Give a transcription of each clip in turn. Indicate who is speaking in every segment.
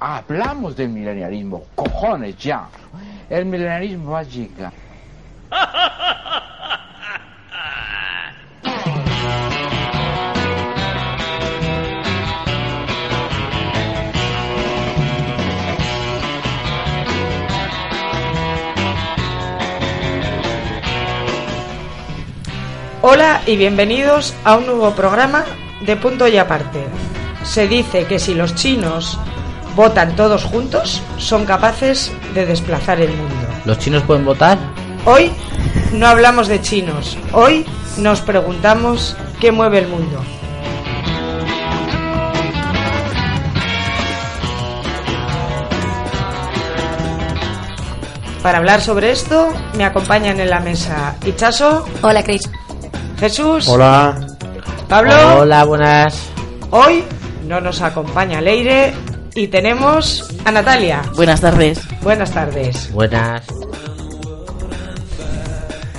Speaker 1: Hablamos del milenarismo, cojones ya. El milenarismo va a llegar.
Speaker 2: Hola y bienvenidos a un nuevo programa de Punto y Aparte. Se dice que si los chinos votan todos juntos, son capaces de desplazar el mundo.
Speaker 3: ¿Los chinos pueden votar?
Speaker 2: Hoy no hablamos de chinos, hoy nos preguntamos qué mueve el mundo. Para hablar sobre esto, me acompañan en la mesa Ichaso,
Speaker 4: Hola, Chris.
Speaker 2: Jesús,
Speaker 5: Hola.
Speaker 2: Pablo.
Speaker 3: Hola, buenas.
Speaker 2: Hoy no nos acompaña Leire y tenemos a Natalia.
Speaker 4: Buenas tardes.
Speaker 2: Buenas tardes.
Speaker 3: Buenas.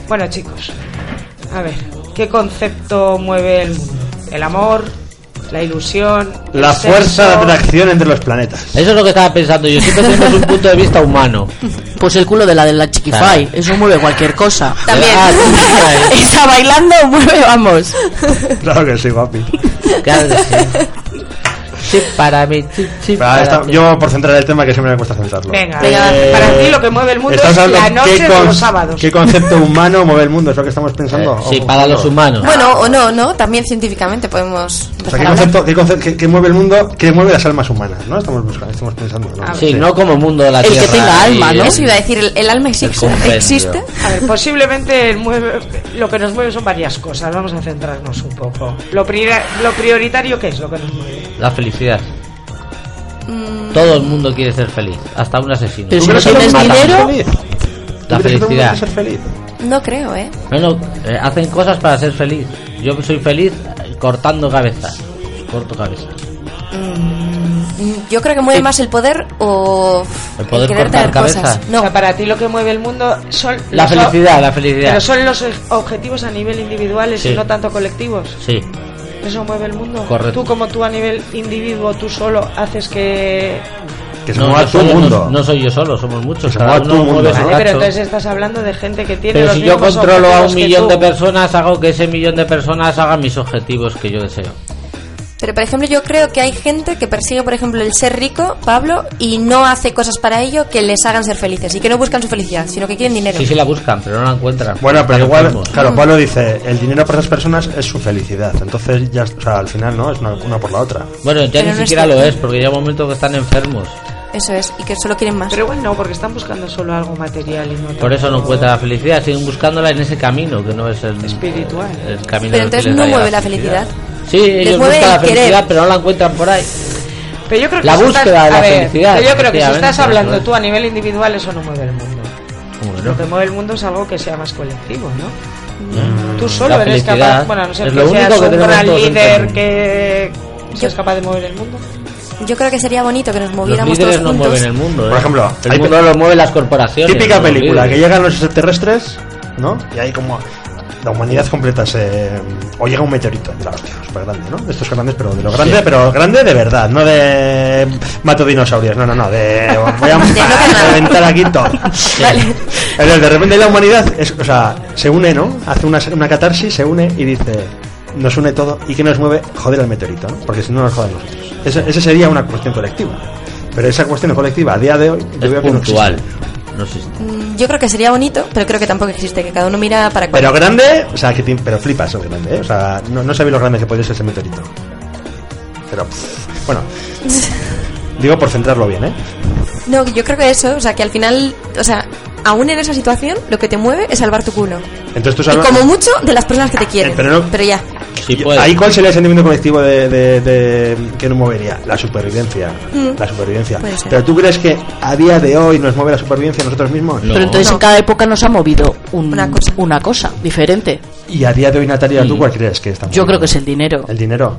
Speaker 2: Bueno, chicos, a ver, ¿qué concepto mueve el mundo? El amor, la ilusión, el
Speaker 5: La
Speaker 2: sexo?
Speaker 5: fuerza de atracción entre los planetas.
Speaker 3: Eso es lo que estaba pensando yo. Siempre tenemos un punto de vista humano.
Speaker 4: Pues el culo de la de la Chiquify.
Speaker 3: Claro.
Speaker 4: Eso mueve cualquier cosa.
Speaker 3: Ah, sí,
Speaker 4: Esa bailando mueve, vamos.
Speaker 5: Claro que sí, guapi.
Speaker 3: claro, claro que sí. Sí, para mí. Sí, sí,
Speaker 5: Pero ahora
Speaker 3: para
Speaker 5: Ah, está-
Speaker 3: mí.
Speaker 5: yo por centrar el tema que siempre me cuesta centrarlo.
Speaker 2: Venga,
Speaker 4: Venga,
Speaker 5: Eh,
Speaker 2: para ti lo que mueve el mundo
Speaker 5: estamos
Speaker 2: es la
Speaker 5: hablando
Speaker 2: noche
Speaker 5: qué
Speaker 2: de
Speaker 5: con-
Speaker 2: los sábados.
Speaker 5: ¿Qué concepto humano mueve el mundo? Es lo que estamos
Speaker 3: Eh,
Speaker 5: pensando.
Speaker 3: sí,
Speaker 5: Ojo,
Speaker 3: para los
Speaker 5: claro.
Speaker 3: humanos.
Speaker 4: Bueno, o no, ¿no? También científicamente
Speaker 5: O
Speaker 4: podemos...
Speaker 5: sea, ¿qué
Speaker 4: empezar a hablar.
Speaker 5: concepto, qué concepto- qué- qué mueve el mundo? ¿Qué mueve las almas humanas? ¿No? Estamos buscando, estamos pensando. ¿no?
Speaker 3: Sí, no como mundo de la
Speaker 4: El
Speaker 3: tierra. ¿eh?
Speaker 4: que tenga alma,
Speaker 3: y-
Speaker 4: ¿no?
Speaker 3: Eso
Speaker 4: Eso
Speaker 3: iba
Speaker 4: iba a decir, ¿el, el alma existe?
Speaker 3: compendio.
Speaker 4: ¿Existe?
Speaker 2: A ver, posiblemente el mueve- lo que nos mueve son varias cosas. Vamos a centrarnos un poco. Lo, priori- lo prioritario, ¿qué es lo que nos mueve?
Speaker 3: La felicidad. Todo el mundo quiere ser feliz, hasta un asesino.
Speaker 4: Mm. Pero
Speaker 5: ¿Tú
Speaker 4: si
Speaker 5: crees
Speaker 4: no
Speaker 5: que
Speaker 4: tienes
Speaker 5: todo el mundo
Speaker 4: dinero-
Speaker 5: es feliz?
Speaker 3: La
Speaker 5: ¿Tú crees que todo el mundo
Speaker 3: felicidad.
Speaker 5: quiere ser feliz?
Speaker 4: No creo, ¿eh?
Speaker 3: Bueno, eh, hacen cosas para ser feliz. Yo soy feliz eh, cortando cabezas. Corto cabeza.
Speaker 4: Mm, Yo creo que mueve más el poder o...
Speaker 3: El poder
Speaker 4: querer
Speaker 3: cortar
Speaker 4: tener cosas.
Speaker 3: cabezas.
Speaker 4: No,
Speaker 2: O sea, para ti lo que mueve el mundo son
Speaker 3: La
Speaker 2: los o-
Speaker 3: felicidad, la felicidad.
Speaker 2: Pero son los objetivos a nivel individuales
Speaker 3: Sí.
Speaker 2: y no tanto colectivos.
Speaker 3: Sí.
Speaker 2: Eso mueve el mundo.
Speaker 3: Correcto.
Speaker 2: Tú como tú a nivel individuo, tú solo haces que...
Speaker 5: Que se mueva tu
Speaker 3: soy,
Speaker 5: mundo.
Speaker 3: no- no soy yo solo, somos muchos.
Speaker 5: Se
Speaker 3: Cada
Speaker 5: mueva
Speaker 3: uno
Speaker 5: tu
Speaker 3: mueve
Speaker 5: mundo,
Speaker 3: su
Speaker 5: ¿no?
Speaker 2: Vale,
Speaker 3: cacho.
Speaker 2: pero entonces estás hablando de gente que tiene
Speaker 3: Pues Pero
Speaker 2: los
Speaker 3: si yo
Speaker 2: mismos
Speaker 3: controlo a
Speaker 2: objetivos
Speaker 3: un
Speaker 2: que
Speaker 3: millón
Speaker 2: tú.
Speaker 3: de personas, hago que ese millón de personas hagan mis objetivos que yo deseo.
Speaker 4: Pero, por ejemplo, yo creo que hay gente que persigue, por ejemplo, el ser rico, Pablo, y no hace cosas para ello que les hagan ser felices y que no buscan su felicidad, sino que quieren dinero.
Speaker 3: Sí, sí la buscan, pero no la encuentran.
Speaker 5: Bueno, pero
Speaker 3: Están
Speaker 5: igual,
Speaker 3: enfermos.
Speaker 5: claro, Pablo dice, el dinero para esas personas es su felicidad. Entonces, ya, o sea, al final, ¿no? Es una, una por la otra.
Speaker 3: Bueno, ya
Speaker 4: Pero
Speaker 3: ni
Speaker 4: no
Speaker 3: siquiera
Speaker 4: está-
Speaker 3: lo es, porque llega un momento que están enfermos.
Speaker 4: Eso es, y que solo quieren más.
Speaker 2: Pero igual no, porque están buscando solo algo material y no
Speaker 3: Por eso no
Speaker 2: tanto
Speaker 3: encuentran la felicidad, siguen buscándola en ese camino, que no es el,
Speaker 2: Espiritual.
Speaker 3: el camino en
Speaker 4: Pero
Speaker 3: el que
Speaker 4: entonces
Speaker 3: les
Speaker 4: no
Speaker 3: vaya
Speaker 4: mueve la felicidad.
Speaker 3: Sí, ellos
Speaker 4: mueve
Speaker 3: buscan la
Speaker 4: el querer.
Speaker 3: felicidad, pero no la encuentran por ahí.
Speaker 2: Pero yo creo que
Speaker 3: La
Speaker 2: si
Speaker 3: búsqueda
Speaker 2: estás-
Speaker 3: de la
Speaker 2: a ver,
Speaker 3: felicidad,
Speaker 2: pero Yo creo que si
Speaker 3: efectivamente,
Speaker 2: estás hablando
Speaker 3: eso es.
Speaker 2: tú a nivel individual, eso no mueve el mundo.
Speaker 3: ¿Cómo que no?
Speaker 2: Lo que mueve el mundo es algo que sea más colectivo, ¿no? Tú solo
Speaker 3: Mm. la
Speaker 2: eres
Speaker 3: felicidad
Speaker 2: capaz, bueno, a no sé
Speaker 3: es
Speaker 2: que
Speaker 3: lo único
Speaker 2: seas
Speaker 3: que
Speaker 2: un
Speaker 3: tenemos
Speaker 2: gran
Speaker 3: todos en
Speaker 2: líder
Speaker 3: común.
Speaker 2: que
Speaker 4: Yo-
Speaker 2: seas capaz de mover el mundo.
Speaker 4: Yo creo que sería bonito que nos
Speaker 3: Los
Speaker 4: moviéramos todos
Speaker 3: líderes no
Speaker 4: juntos.
Speaker 3: mueven el mundo. ¿eh?
Speaker 5: Por ejemplo,
Speaker 3: el
Speaker 5: hay
Speaker 3: mundo lo mueven las corporaciones.
Speaker 5: Típica
Speaker 3: no los
Speaker 5: película, que
Speaker 3: líderes.
Speaker 5: llegan los extraterrestres, ¿no? Y hay como la humanidad completa se... O llega un meteorito, la hostia, súper grande, ¿no? De estos grandes, pero de lo grande,
Speaker 3: Sí.
Speaker 5: pero grande de verdad, no de... Mato dinosaurios, no, no, no, de... Voy a reventar aquí todo. Entonces, de repente la humanidad, es- o sea, se une, ¿no? Hace una, una catarsis, se une y dice... Nos une todo y que nos mueve joder al meteorito, ¿no? Porque si no nos joden nosotros. Esa, esa sería una cuestión colectiva. Pero esa cuestión colectiva a día de hoy yo
Speaker 3: es
Speaker 5: veo que no existe.
Speaker 3: puntual. No existe.
Speaker 4: Mm, Yo creo que sería bonito, pero creo que tampoco existe, que cada uno mira para
Speaker 5: Pero grande, o sea, que te- pero flipas el grande, ¿eh? O sea, no, no sabéis lo grande que podría ser ese meteorito. Pero, pff, bueno. Digo por centrarlo bien, ¿eh?
Speaker 4: No, yo creo que eso, o sea, que al final, o sea, aún en esa situación, lo que te mueve es salvar tu culo.
Speaker 5: Entonces tú
Speaker 4: Y
Speaker 5: sabes...
Speaker 4: como mucho, de las personas que te quieren.
Speaker 5: Eh, pero no-
Speaker 4: ya.
Speaker 3: Si
Speaker 5: Yo-
Speaker 3: puedes.
Speaker 5: Ahí cuál sería el sentimiento colectivo de, de- de- que nos movería, la supervivencia, la supervivencia.
Speaker 4: Mm. Puede ser.
Speaker 5: Pero tú crees que a día de hoy nos mueve la supervivencia a nosotros mismos?
Speaker 3: No.
Speaker 6: Pero entonces
Speaker 4: No.
Speaker 6: en cada época nos ha movido un-
Speaker 4: Una cosa.
Speaker 6: una cosa diferente.
Speaker 5: Y a día de hoy, Natalia,
Speaker 3: Mm.
Speaker 5: ¿tú cuál crees que está?
Speaker 6: Yo creo que es
Speaker 5: sí.
Speaker 6: el dinero.
Speaker 5: El dinero.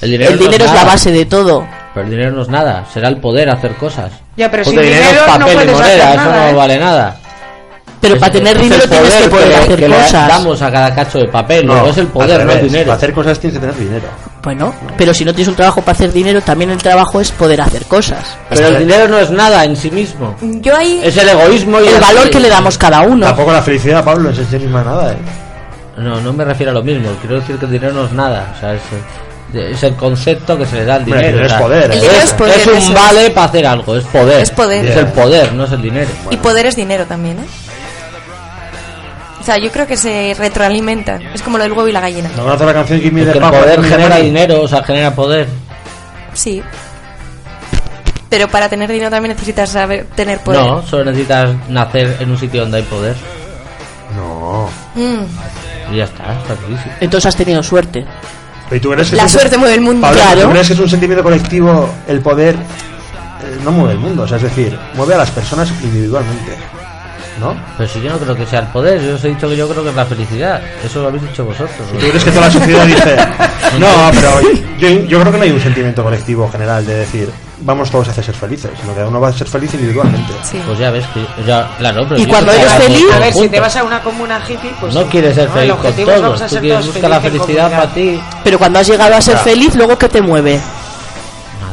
Speaker 3: El dinero,
Speaker 6: El
Speaker 3: no
Speaker 6: dinero es la
Speaker 3: nada.
Speaker 6: base de todo.
Speaker 3: Pero el dinero no es nada, será el poder hacer cosas.
Speaker 2: Ya, pero
Speaker 3: Porque
Speaker 2: sin dinero no
Speaker 3: papel y
Speaker 2: puedes hacer
Speaker 3: moneda, eso
Speaker 2: nada, ¿eh?
Speaker 3: no vale nada.
Speaker 6: Pero
Speaker 3: Es-
Speaker 6: para tener
Speaker 3: es el
Speaker 6: dinero tienes que
Speaker 3: poder
Speaker 6: poder
Speaker 3: le-
Speaker 6: hacer
Speaker 3: que le
Speaker 6: cosas.
Speaker 3: damos a cada cacho de papel, no, es el poder,
Speaker 5: al
Speaker 3: no el
Speaker 5: revés,
Speaker 3: dinero.
Speaker 5: Para hacer cosas tienes que tener dinero.
Speaker 6: Bueno, pero si no tienes un trabajo para hacer dinero, también el trabajo es poder hacer cosas.
Speaker 3: Pero el dinero no es nada en sí mismo.
Speaker 4: Yo ahí.
Speaker 3: Es el egoísmo y
Speaker 6: El valor que le damos cada uno.
Speaker 5: Tampoco la felicidad, Pablo, es en sí misma nada, ¿eh?
Speaker 3: No, no me refiero a lo mismo. Quiero decir que el dinero no es nada. O sea, es, es el concepto que se le da al
Speaker 5: Hombre,
Speaker 3: dinero.
Speaker 5: el dinero
Speaker 3: o sea,
Speaker 5: es poder,
Speaker 4: El
Speaker 5: ¿eh?
Speaker 4: dinero
Speaker 3: Es,
Speaker 4: es poder.
Speaker 3: es
Speaker 4: eso
Speaker 3: un
Speaker 4: es.
Speaker 3: vale para hacer algo, es poder.
Speaker 4: Es poder.
Speaker 3: Es el poder, no es el dinero.
Speaker 4: Y poder es dinero también, ¿eh? O sea, yo creo que se retroalimentan. Es como lo del huevo y la gallina.
Speaker 5: ¿No conoces la canción Give Me
Speaker 3: Porque
Speaker 5: the
Speaker 3: el
Speaker 5: Power?
Speaker 3: poder
Speaker 5: Give me the
Speaker 3: genera
Speaker 5: money?
Speaker 3: dinero, o sea, genera poder.
Speaker 4: Sí. Pero para tener dinero también necesitas saber tener poder.
Speaker 3: No, solo necesitas nacer en un sitio donde hay poder.
Speaker 5: No.
Speaker 4: Mm,
Speaker 3: Y ya está, está clarísimo.
Speaker 6: Entonces has tenido suerte.
Speaker 5: Pero ¿y tú crees que
Speaker 4: La
Speaker 5: es un-
Speaker 4: suerte mueve el mundo.
Speaker 5: Pablo,
Speaker 6: Claro.
Speaker 5: ¿tú crees que es un sentimiento colectivo el poder? eh, no mueve el mundo, o sea, es decir, mueve a las personas individualmente. ¿No?
Speaker 3: Pero si yo no creo que sea el poder, yo os he dicho que yo creo que es la felicidad. Eso lo habéis dicho vosotros.
Speaker 5: ¿Tú crees que toda la sociedad dice.? No, pero yo, yo creo que no hay un sentimiento colectivo general de decir, vamos todos a hacer ser felices, sino que uno va a ser feliz individualmente.
Speaker 4: Sí.
Speaker 3: Pues ya ves que. Ya, claro, pero
Speaker 6: Y
Speaker 3: yo
Speaker 6: cuando
Speaker 3: creo que
Speaker 6: eres
Speaker 3: cada
Speaker 6: feliz-
Speaker 3: uno
Speaker 2: este A ver, si
Speaker 3: junto.
Speaker 2: te vas a una comuna hippie, pues.
Speaker 3: No quieres ser
Speaker 2: ¿no? El
Speaker 3: feliz con
Speaker 2: objetivo es vamos
Speaker 3: todos.
Speaker 2: a
Speaker 3: Tú
Speaker 2: ser
Speaker 3: quieres
Speaker 2: todos
Speaker 3: buscar la
Speaker 2: felices en
Speaker 3: felicidad
Speaker 2: comunidad.
Speaker 3: para ti.
Speaker 6: Pero cuando has llegado a ser
Speaker 5: Claro.
Speaker 6: feliz, luego ¿qué te mueve?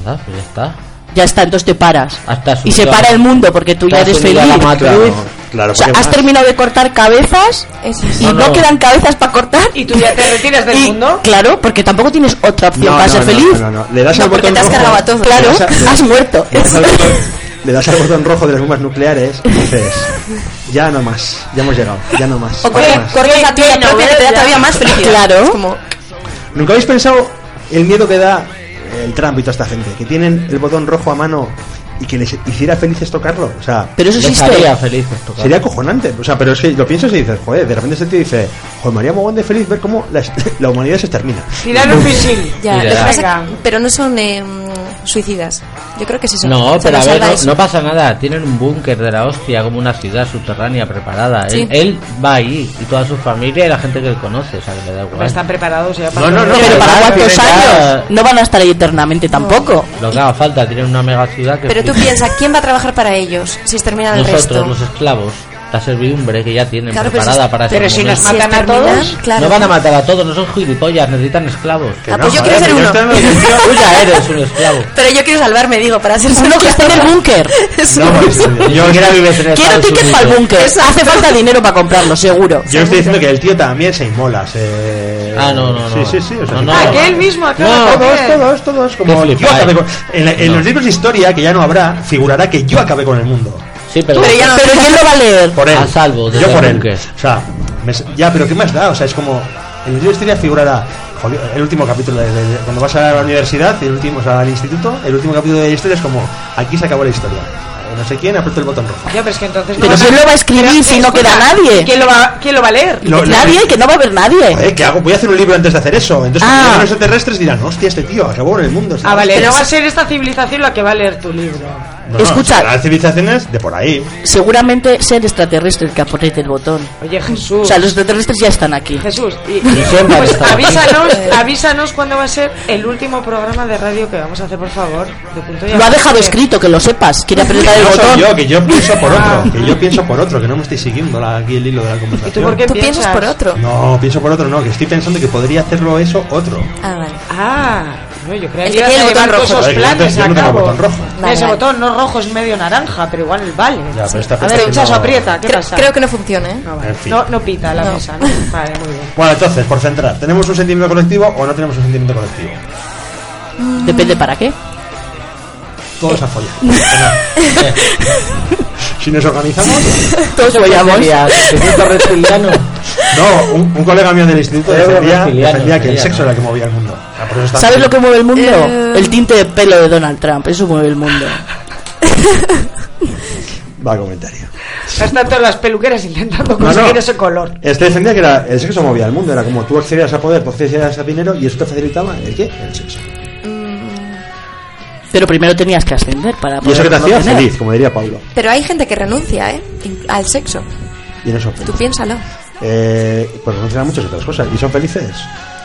Speaker 3: Nada, pues ya está.
Speaker 6: Ya está, entonces te paras.
Speaker 3: Hasta
Speaker 6: y se
Speaker 3: Ah, subido.
Speaker 6: para el mundo porque tú ya
Speaker 3: Estás
Speaker 6: eres
Speaker 3: unido a la
Speaker 6: feliz.
Speaker 3: matra,
Speaker 6: Cruz.
Speaker 3: ¿no?
Speaker 5: Claro,
Speaker 6: O sea,
Speaker 5: porque
Speaker 6: has
Speaker 5: más-
Speaker 6: terminado de cortar cabezas
Speaker 4: Eso es.
Speaker 6: y no,
Speaker 3: No, no.
Speaker 6: quedan cabezas para cortar.
Speaker 2: Y tú ya te retiras del
Speaker 6: Y,
Speaker 2: mundo.
Speaker 6: Claro, porque tampoco tienes otra opción
Speaker 5: No,
Speaker 6: para
Speaker 5: no,
Speaker 6: ser
Speaker 5: no, no,
Speaker 6: feliz.
Speaker 5: no, no. Le das
Speaker 4: No,
Speaker 5: al
Speaker 4: porque
Speaker 5: botón
Speaker 4: te has
Speaker 5: rojo.
Speaker 4: cargado a todos.
Speaker 6: Claro,
Speaker 5: Le das al-
Speaker 6: has muerto.
Speaker 5: le das al botón- Le das al botón rojo de las bombas nucleares y dices, ya no más, ya hemos llegado, ya no más.
Speaker 4: O
Speaker 5: para
Speaker 4: corre-
Speaker 5: más".
Speaker 4: corres a tuya propia que te da
Speaker 6: ¿eh? ya.
Speaker 4: todavía más felicidad.
Speaker 6: Claro.
Speaker 4: Es como,
Speaker 5: ¿Nunca habéis pensado el miedo que da el Trump y toda esta gente? Que tienen el botón rojo a mano y que les hiciera felices tocarlo. O sea,
Speaker 6: Pero eso
Speaker 3: Yo
Speaker 6: existe.
Speaker 3: estaría feliz de esto, claro.
Speaker 5: sería acojonante. O sea, pero es que lo piensas y dices, joder, de repente se te dice, joder, María Mogón de feliz ver cómo la, la humanidad se termina.
Speaker 2: Tirar un misil.
Speaker 4: ya,
Speaker 3: Mira.
Speaker 4: lo que pasa
Speaker 2: Venga.
Speaker 4: pero no son eh, mm, suicidas. Yo creo que sí son.
Speaker 3: No,
Speaker 4: O sea,
Speaker 3: pero a
Speaker 4: nos
Speaker 3: ver,
Speaker 4: salva
Speaker 3: no,
Speaker 4: eso.
Speaker 3: no pasa nada. Tienen un búnker de la hostia, como una ciudad subterránea preparada.
Speaker 4: Sí.
Speaker 3: Él, él va ahí, y toda su familia y la gente que él conoce, o sea, que le da
Speaker 2: Pero
Speaker 3: igual.
Speaker 2: Están preparados ya para.
Speaker 5: No, no, no,
Speaker 6: Pero para
Speaker 3: Claro,
Speaker 6: cuántos
Speaker 3: tiene ya-
Speaker 6: años no van a estar ahí eternamente tampoco.
Speaker 3: Lo que haga falta, tienen una mega ciudad que.
Speaker 4: Pero tú
Speaker 3: flipa.
Speaker 4: piensas, ¿quién va a trabajar para ellos si exterminan al
Speaker 3: Nosotros,
Speaker 4: resto?
Speaker 3: los esclavos, la servidumbre que ya tienen
Speaker 4: Claro, pero
Speaker 3: preparada
Speaker 4: si-
Speaker 3: para
Speaker 2: pero
Speaker 3: ese
Speaker 2: si nos
Speaker 3: momento.
Speaker 2: matan a
Speaker 4: exterminan,
Speaker 2: todos,
Speaker 4: claro.
Speaker 3: No van a matar a todos, no son gilipollas, necesitan esclavos.
Speaker 4: Ah, pues yo quiero ser uno.
Speaker 3: Tú ya eres un esclavo.
Speaker 4: Pero yo quiero salvarme, digo, para ser
Speaker 6: Uno que está en el búnker.
Speaker 4: Eso.
Speaker 5: pues, yo,
Speaker 6: Quiero tickets para el búnker. Hace falta dinero para comprarlo, seguro.
Speaker 5: yo estoy diciendo que el tío también se inmola. se-
Speaker 3: Ah, no, no, no.
Speaker 5: Sí, sí, sí. o sea,
Speaker 3: No, no.
Speaker 5: que-
Speaker 2: Aquel Ah, mismo
Speaker 3: No,
Speaker 2: acaba
Speaker 5: Todos,
Speaker 2: también.
Speaker 5: todos, todos. Como
Speaker 3: Qué
Speaker 5: yo
Speaker 3: flipada.
Speaker 5: acabé con- en, la- en
Speaker 3: No.
Speaker 5: los libros de historia, que ya no habrá, figurará que yo acabé con el mundo.
Speaker 3: Sí, pero.
Speaker 6: Pero, ¿quién lo va a leer?
Speaker 5: Por él.
Speaker 3: A salvo, desde
Speaker 5: yo por él.
Speaker 3: Bunker.
Speaker 5: O sea, me s- ya, pero ¿qué más da? O sea, es como. En los libros de historia figurará joder, el último capítulo de, de- de- cuando vas a la universidad, el último, o sea, al instituto, el último capítulo de la historia es como aquí se acabó la historia. Eh, No sé quién apretó el botón rojo.
Speaker 2: Ya, pero es que entonces.
Speaker 6: Pero
Speaker 2: no
Speaker 6: ¿quién lo va a escribir
Speaker 2: Pero,
Speaker 6: si no
Speaker 2: escucha,
Speaker 6: queda nadie?
Speaker 2: ¿Quién lo va, quién lo va a leer?
Speaker 5: Lo- lo-
Speaker 6: Nadie, que no va a haber nadie.
Speaker 5: Joder, ¿qué hago? Voy a hacer un libro antes de hacer eso. Entonces
Speaker 6: Ah.
Speaker 5: cuando lleguen los extraterrestres dirán, hostia, este tío acabó con el mundo.
Speaker 2: Ah, vale,
Speaker 5: Hostia.
Speaker 2: no va a ser esta civilización la que va a leer tu libro.
Speaker 5: No, no,
Speaker 6: Escucha.
Speaker 5: serán civilizaciones de por ahí.
Speaker 6: Seguramente sea el extraterrestre el que apriete el botón.
Speaker 2: Oye,
Speaker 6: O
Speaker 2: Jesús.
Speaker 6: sea, los extraterrestres ya están aquí.
Speaker 2: Jesús, y,
Speaker 3: siempre
Speaker 2: pues
Speaker 3: está.
Speaker 2: avísanos, avísanos cuándo va a ser el último programa de radio que vamos a hacer, por favor. De punto y
Speaker 6: Lo ha
Speaker 2: aparte.
Speaker 6: dejado escrito, que lo sepas. Quiere apretar el
Speaker 5: No soy
Speaker 6: botón.
Speaker 5: yo, que yo pienso por otro, que yo pienso por otro, que no me estoy siguiendo la- aquí el hilo de la conversación.
Speaker 2: ¿Y tú por qué
Speaker 4: Tú piensas por otro.
Speaker 5: No, pienso por otro, no, que estoy pensando que podría hacerlo eso otro.
Speaker 4: Ah, vale.
Speaker 2: Ah, no, yo creía
Speaker 4: El
Speaker 2: que
Speaker 4: que
Speaker 2: ibas a
Speaker 4: tiene el botón
Speaker 2: llevar todos
Speaker 4: rojo.
Speaker 2: esos
Speaker 5: Joder, que
Speaker 2: planes
Speaker 5: yo no
Speaker 2: a
Speaker 5: tengo
Speaker 2: cabo.
Speaker 5: botón rojo.
Speaker 4: Vale,
Speaker 2: Ese
Speaker 4: vale.
Speaker 2: botón no rojo es medio naranja, pero igual el vale.
Speaker 5: Ya, pero esta
Speaker 2: a
Speaker 5: fecha
Speaker 2: ver,
Speaker 5: que
Speaker 2: Chaso,
Speaker 5: no-
Speaker 2: aprieta, ¿qué
Speaker 4: Cre-
Speaker 2: pasa?
Speaker 4: Creo que no funciona, ¿eh?
Speaker 2: No, vale.
Speaker 5: En fin.
Speaker 2: no, no pita la
Speaker 4: No.
Speaker 2: mesa, ¿no? Vale, muy bien.
Speaker 5: Bueno, entonces, por centrar, ¿tenemos un sentimiento colectivo o no tenemos un sentimiento colectivo?
Speaker 6: Depende para qué.
Speaker 5: Todos a follar. Venga. si nos organizamos...
Speaker 6: Todos follamos.
Speaker 3: ¿Sentimiento reptiliano?
Speaker 5: No, un, un colega mío del instituto
Speaker 3: Cerebro
Speaker 5: defendía,
Speaker 3: reptiliano,
Speaker 5: defendía que el
Speaker 3: sería,
Speaker 5: sexo
Speaker 3: ¿no?
Speaker 5: era el que movía el mundo. O sea, por eso está-
Speaker 6: ¿Sabes lo que mueve el mundo?
Speaker 4: Eh.
Speaker 6: El tinte de pelo de Donald Trump. Eso mueve el mundo.
Speaker 5: Va comentario.
Speaker 2: Están todas las peluqueras intentando
Speaker 5: No,
Speaker 2: conseguir
Speaker 5: no.
Speaker 2: ese color.
Speaker 5: Este defendía que era el sexo movía el mundo, era como tú accedías a poder, tú accedías a dinero y eso te facilitaba el qué? El sexo.
Speaker 6: Pero primero tenías que ascender para
Speaker 5: Y
Speaker 6: poder
Speaker 5: eso que te hacía
Speaker 6: tener.
Speaker 5: feliz, como diría Pablo.
Speaker 4: Pero hay gente que renuncia, ¿eh? In- Al sexo.
Speaker 5: Y no son
Speaker 4: Tú
Speaker 5: felices.
Speaker 4: piénsalo.
Speaker 5: Eh, pues funcionan muchas otras cosas. ¿Y son felices?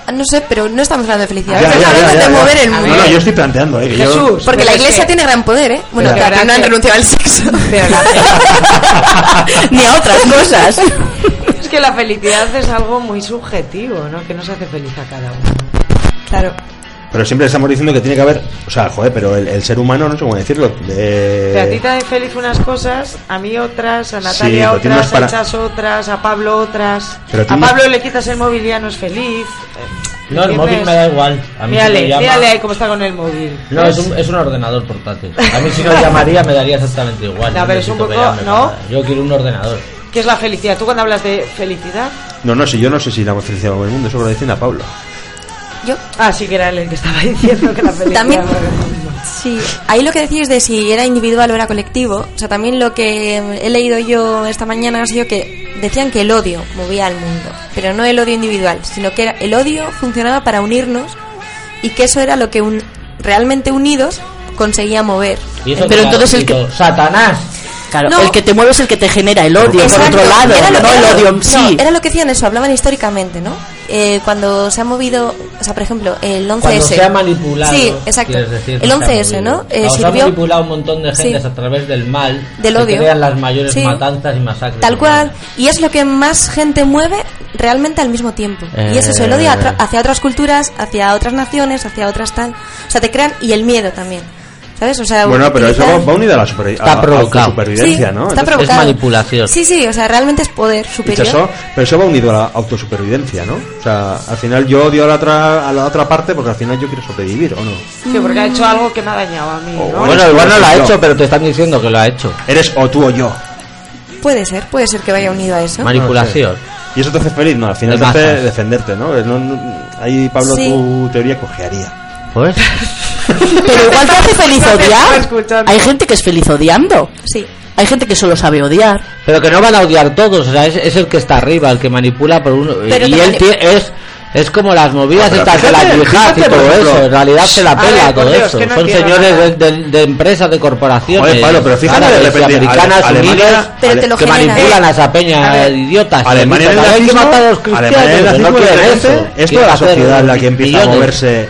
Speaker 4: Ah, No sé, pero no estamos hablando de felicidad.
Speaker 5: Ya,
Speaker 4: estamos
Speaker 5: ya,
Speaker 4: hablando
Speaker 5: ya,
Speaker 4: de
Speaker 5: ya, ya.
Speaker 4: mover el
Speaker 5: No,
Speaker 4: mundo.
Speaker 5: no, yo estoy planteando, eh. que yo-
Speaker 2: Jesús.
Speaker 4: Porque
Speaker 2: Pero
Speaker 4: la
Speaker 2: Pues es
Speaker 4: iglesia
Speaker 2: que-
Speaker 4: tiene gran poder, ¿eh? Bueno,
Speaker 5: Pero
Speaker 4: claro,
Speaker 2: la
Speaker 4: no han
Speaker 2: que-
Speaker 4: renunciado al sexo.
Speaker 2: Pero la,
Speaker 6: Ni a otras cosas.
Speaker 2: es que la felicidad es algo muy subjetivo, ¿no? Que nos hace feliz a cada uno.
Speaker 4: Claro.
Speaker 5: Pero siempre estamos diciendo que tiene que haber. O sea, joder, pero el, el ser humano, no sé cómo decirlo. de-
Speaker 2: Pero a ti te hace feliz unas cosas, a mí otras, a
Speaker 5: Eh. Sí,
Speaker 2: Natalia
Speaker 5: pero tiene
Speaker 2: otras,
Speaker 5: unas para-
Speaker 2: a Chas otras, a Pablo otras.
Speaker 5: Pero
Speaker 2: a
Speaker 5: tiene-
Speaker 2: Pablo le quitas el móvil y ya no es feliz. Eh,
Speaker 3: No, el
Speaker 2: ¿entiendes?
Speaker 3: móvil me da igual. A mí
Speaker 2: Mírale,
Speaker 3: si me llama-
Speaker 2: mírale ahí cómo está con el móvil.
Speaker 3: No, es un, es un ordenador portátil. A mí si no llamaría me daría exactamente igual.
Speaker 2: No, pero es un
Speaker 3: necesito que
Speaker 2: poco-
Speaker 3: llame
Speaker 2: ¿no?
Speaker 3: para- Yo quiero un ordenador.
Speaker 2: ¿Qué es la felicidad? ¿Tú cuando hablas de felicidad?
Speaker 5: No, no, si yo no sé si la felicidad o el mundo, eso lo diciendo a Pablo.
Speaker 4: Yo
Speaker 2: Ah, sí que era él el que estaba diciendo que la felicidad...
Speaker 4: También-
Speaker 2: era el-
Speaker 4: Sí, ahí lo que decís de si era individual o era colectivo, o sea, también lo que he leído yo esta mañana ha sido que decían que el odio movía al mundo, pero no el odio individual, sino que era, el odio funcionaba para unirnos y que eso era lo que un, realmente unidos conseguía mover.
Speaker 3: Y eso
Speaker 6: Pero
Speaker 3: que
Speaker 6: entonces el
Speaker 3: gratuito. ¡Satanás!
Speaker 6: Claro,
Speaker 4: No.
Speaker 6: el que te mueve es el que te genera el odio
Speaker 4: Exacto,
Speaker 6: por otro lado,
Speaker 4: era lo-
Speaker 6: no
Speaker 4: era
Speaker 6: el
Speaker 4: lo-
Speaker 6: odio en
Speaker 4: no,
Speaker 6: sí.
Speaker 4: Era lo que decían eso, hablaban históricamente, ¿no? Eh, cuando se ha movido, o sea, por ejemplo, el 11S.
Speaker 3: Cuando se ha manipulado.
Speaker 4: Sí, exacto.
Speaker 3: quieres decir,
Speaker 4: el
Speaker 3: se ha
Speaker 4: 11S,
Speaker 3: movido.
Speaker 4: ¿no? Eh,
Speaker 3: Cuando se ha
Speaker 4: sirvió-
Speaker 3: manipulado un montón de gentes
Speaker 4: Sí.
Speaker 3: a través del mal.
Speaker 4: Del
Speaker 3: se
Speaker 4: odio.
Speaker 3: crean las mayores
Speaker 4: Sí.
Speaker 3: matanzas y masacres.
Speaker 4: Tal cual.
Speaker 3: humanas.
Speaker 4: Y es lo que más gente mueve realmente al mismo tiempo. Y eso es el
Speaker 3: Eh.
Speaker 4: odio atra- hacia otras culturas, hacia otras naciones, hacia otras tal. O sea, te crean. Y el miedo también. ¿Sabes? O sea,
Speaker 5: Bueno, pero eso va,
Speaker 4: utilizar-
Speaker 5: va unido a la, supervi-
Speaker 3: Está
Speaker 5: a- a tu
Speaker 3: provocado.
Speaker 5: supervivencia,
Speaker 4: Sí,
Speaker 5: ¿no?
Speaker 4: Está
Speaker 5: Entonces,
Speaker 4: provocado.
Speaker 3: es manipulación.
Speaker 4: Sí, sí, o sea, realmente es poder
Speaker 5: Y
Speaker 4: superior.
Speaker 5: eso- pero eso va unido a la autosupervivencia, ¿no? O sea, al final yo odio a la otra, a la otra parte porque al final yo quiero sobrevivir, ¿o no?
Speaker 2: Sí, porque ha hecho algo que me ha dañado a mí,
Speaker 5: O-
Speaker 2: ¿no?
Speaker 5: o eres
Speaker 3: Bueno,
Speaker 5: tú,
Speaker 3: igual no
Speaker 5: eres
Speaker 3: lo ha
Speaker 5: yo.
Speaker 3: hecho, pero te están diciendo que lo ha hecho.
Speaker 5: Eres o tú o yo.
Speaker 4: Puede ser, puede ser que vaya unido a eso.
Speaker 3: Manipulación.
Speaker 5: Y eso te hace feliz, no, al final
Speaker 3: El
Speaker 5: te hace
Speaker 3: matas.
Speaker 5: defenderte, ¿no? No- no- Ahí, Pablo,
Speaker 4: Sí.
Speaker 5: tu teoría cojearía.
Speaker 3: Pues.
Speaker 6: Pero igual te hace feliz
Speaker 2: No te estoy
Speaker 6: odiar.
Speaker 2: escuchando.
Speaker 6: Hay gente que es feliz odiando.
Speaker 4: Sí.
Speaker 6: Hay gente que solo sabe odiar.
Speaker 3: Pero que no van a odiar todos, o sea, es, es el que está arriba, el que manipula por uno.
Speaker 4: Pero
Speaker 3: y
Speaker 4: te
Speaker 3: él
Speaker 4: mani-
Speaker 3: tie- es, es como las movidas
Speaker 5: Pero
Speaker 3: estas de
Speaker 5: fíjate,
Speaker 3: la yihad y
Speaker 5: fíjate, por
Speaker 3: todo
Speaker 5: ejemplo.
Speaker 3: eso. En realidad se la
Speaker 2: A ver,
Speaker 3: pela
Speaker 2: por
Speaker 3: todo
Speaker 2: Dios,
Speaker 3: eso.
Speaker 2: que no
Speaker 3: Son
Speaker 2: entiendo
Speaker 3: señores de, de- de empresas, de corporaciones.
Speaker 5: Joder, Pablo, pero fíjate,
Speaker 3: árabes
Speaker 5: de
Speaker 3: y
Speaker 5: repente,
Speaker 3: Americanas,
Speaker 5: Ale-
Speaker 3: unidas,
Speaker 5: Alemania-
Speaker 4: Pero te lo
Speaker 3: que
Speaker 4: generan.
Speaker 3: manipulan a esa peña
Speaker 2: A ver,
Speaker 3: de idiotas.
Speaker 5: Alemania en el
Speaker 3: Hay que
Speaker 5: nazismo,
Speaker 3: matar a los
Speaker 5: Alemania en el
Speaker 3: cristianos.
Speaker 5: nazismo
Speaker 3: No
Speaker 5: y el
Speaker 3: quieren
Speaker 5: resto,
Speaker 3: eso.
Speaker 5: es toda
Speaker 3: quieren
Speaker 5: la
Speaker 3: hacer
Speaker 5: sociedad la que empieza a
Speaker 3: millones.
Speaker 5: moverse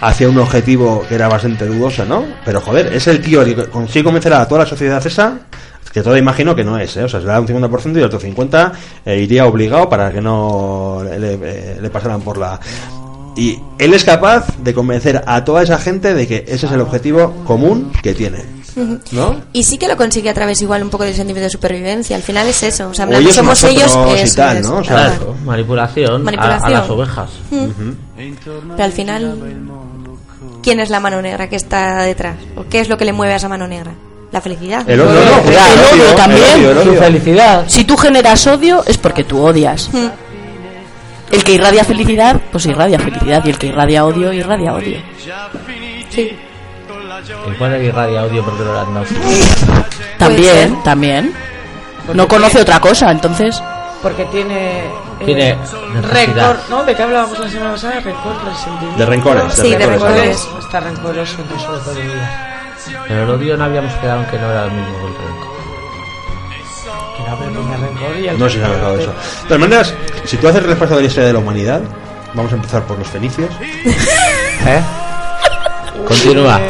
Speaker 5: hacia un objetivo que era bastante dudoso, ¿no? Pero joder, es el tío que consigue convencer a toda la sociedad esa, que todo imagino que no es, ¿eh? O sea, se le da un 50% y el otro 50% eh, iría obligado para que no le, eh, le pasaran por la... Y él es capaz de convencer a toda esa gente de que ese es el objetivo común que tiene, ¿no?
Speaker 4: Y sí que lo consigue a través igual un poco del sentimiento de supervivencia. Al final es eso. O sea, en
Speaker 5: O
Speaker 4: plan,
Speaker 5: ellos
Speaker 4: somos ellos.
Speaker 5: nosotros y
Speaker 4: eso
Speaker 5: tal,
Speaker 4: es,
Speaker 5: ¿no? O sea,
Speaker 4: tal
Speaker 3: Claro, manipulación, a-
Speaker 4: Manipulación.
Speaker 3: A, las ovejas.
Speaker 4: cual. Mm. Pero al final, ¿quién es la mano negra que está detrás? ¿O qué es lo que le mueve a esa mano negra? La felicidad.
Speaker 5: El otro no, cuidado,
Speaker 6: el odio
Speaker 5: el
Speaker 6: también,
Speaker 5: odio, el
Speaker 3: Su
Speaker 5: odio.
Speaker 3: felicidad.
Speaker 6: Si tú generas odio es porque tú odias.
Speaker 4: Mm.
Speaker 6: El que irradia felicidad, pues irradia felicidad. Y el que irradia odio, irradia odio.
Speaker 3: ¿Y cuál es irradia odio por no las notas?
Speaker 6: También,
Speaker 4: ser.
Speaker 6: también.
Speaker 2: Porque
Speaker 6: No conoce
Speaker 2: tiene-
Speaker 6: otra cosa, entonces.
Speaker 2: Porque tiene... eh,
Speaker 3: Tiene necesidad.
Speaker 2: rencor, ¿no? ¿De qué hablábamos la semana pasada? Rencor, resentimiento.
Speaker 5: De rencores, de
Speaker 4: Sí, de
Speaker 5: rencores.
Speaker 4: rencores.
Speaker 5: ¿no?
Speaker 2: Está rencoroso, no solo por el día.
Speaker 3: Pero el odio no habíamos quedado en que no era lo mismo que el rencor.
Speaker 2: Que no me tenga rencor y al
Speaker 5: No se ha hablado de eso. De todas maneras, si tú haces repaso de la historia de la humanidad, vamos a empezar por los fenicios.
Speaker 3: ¿Eh? Continúa.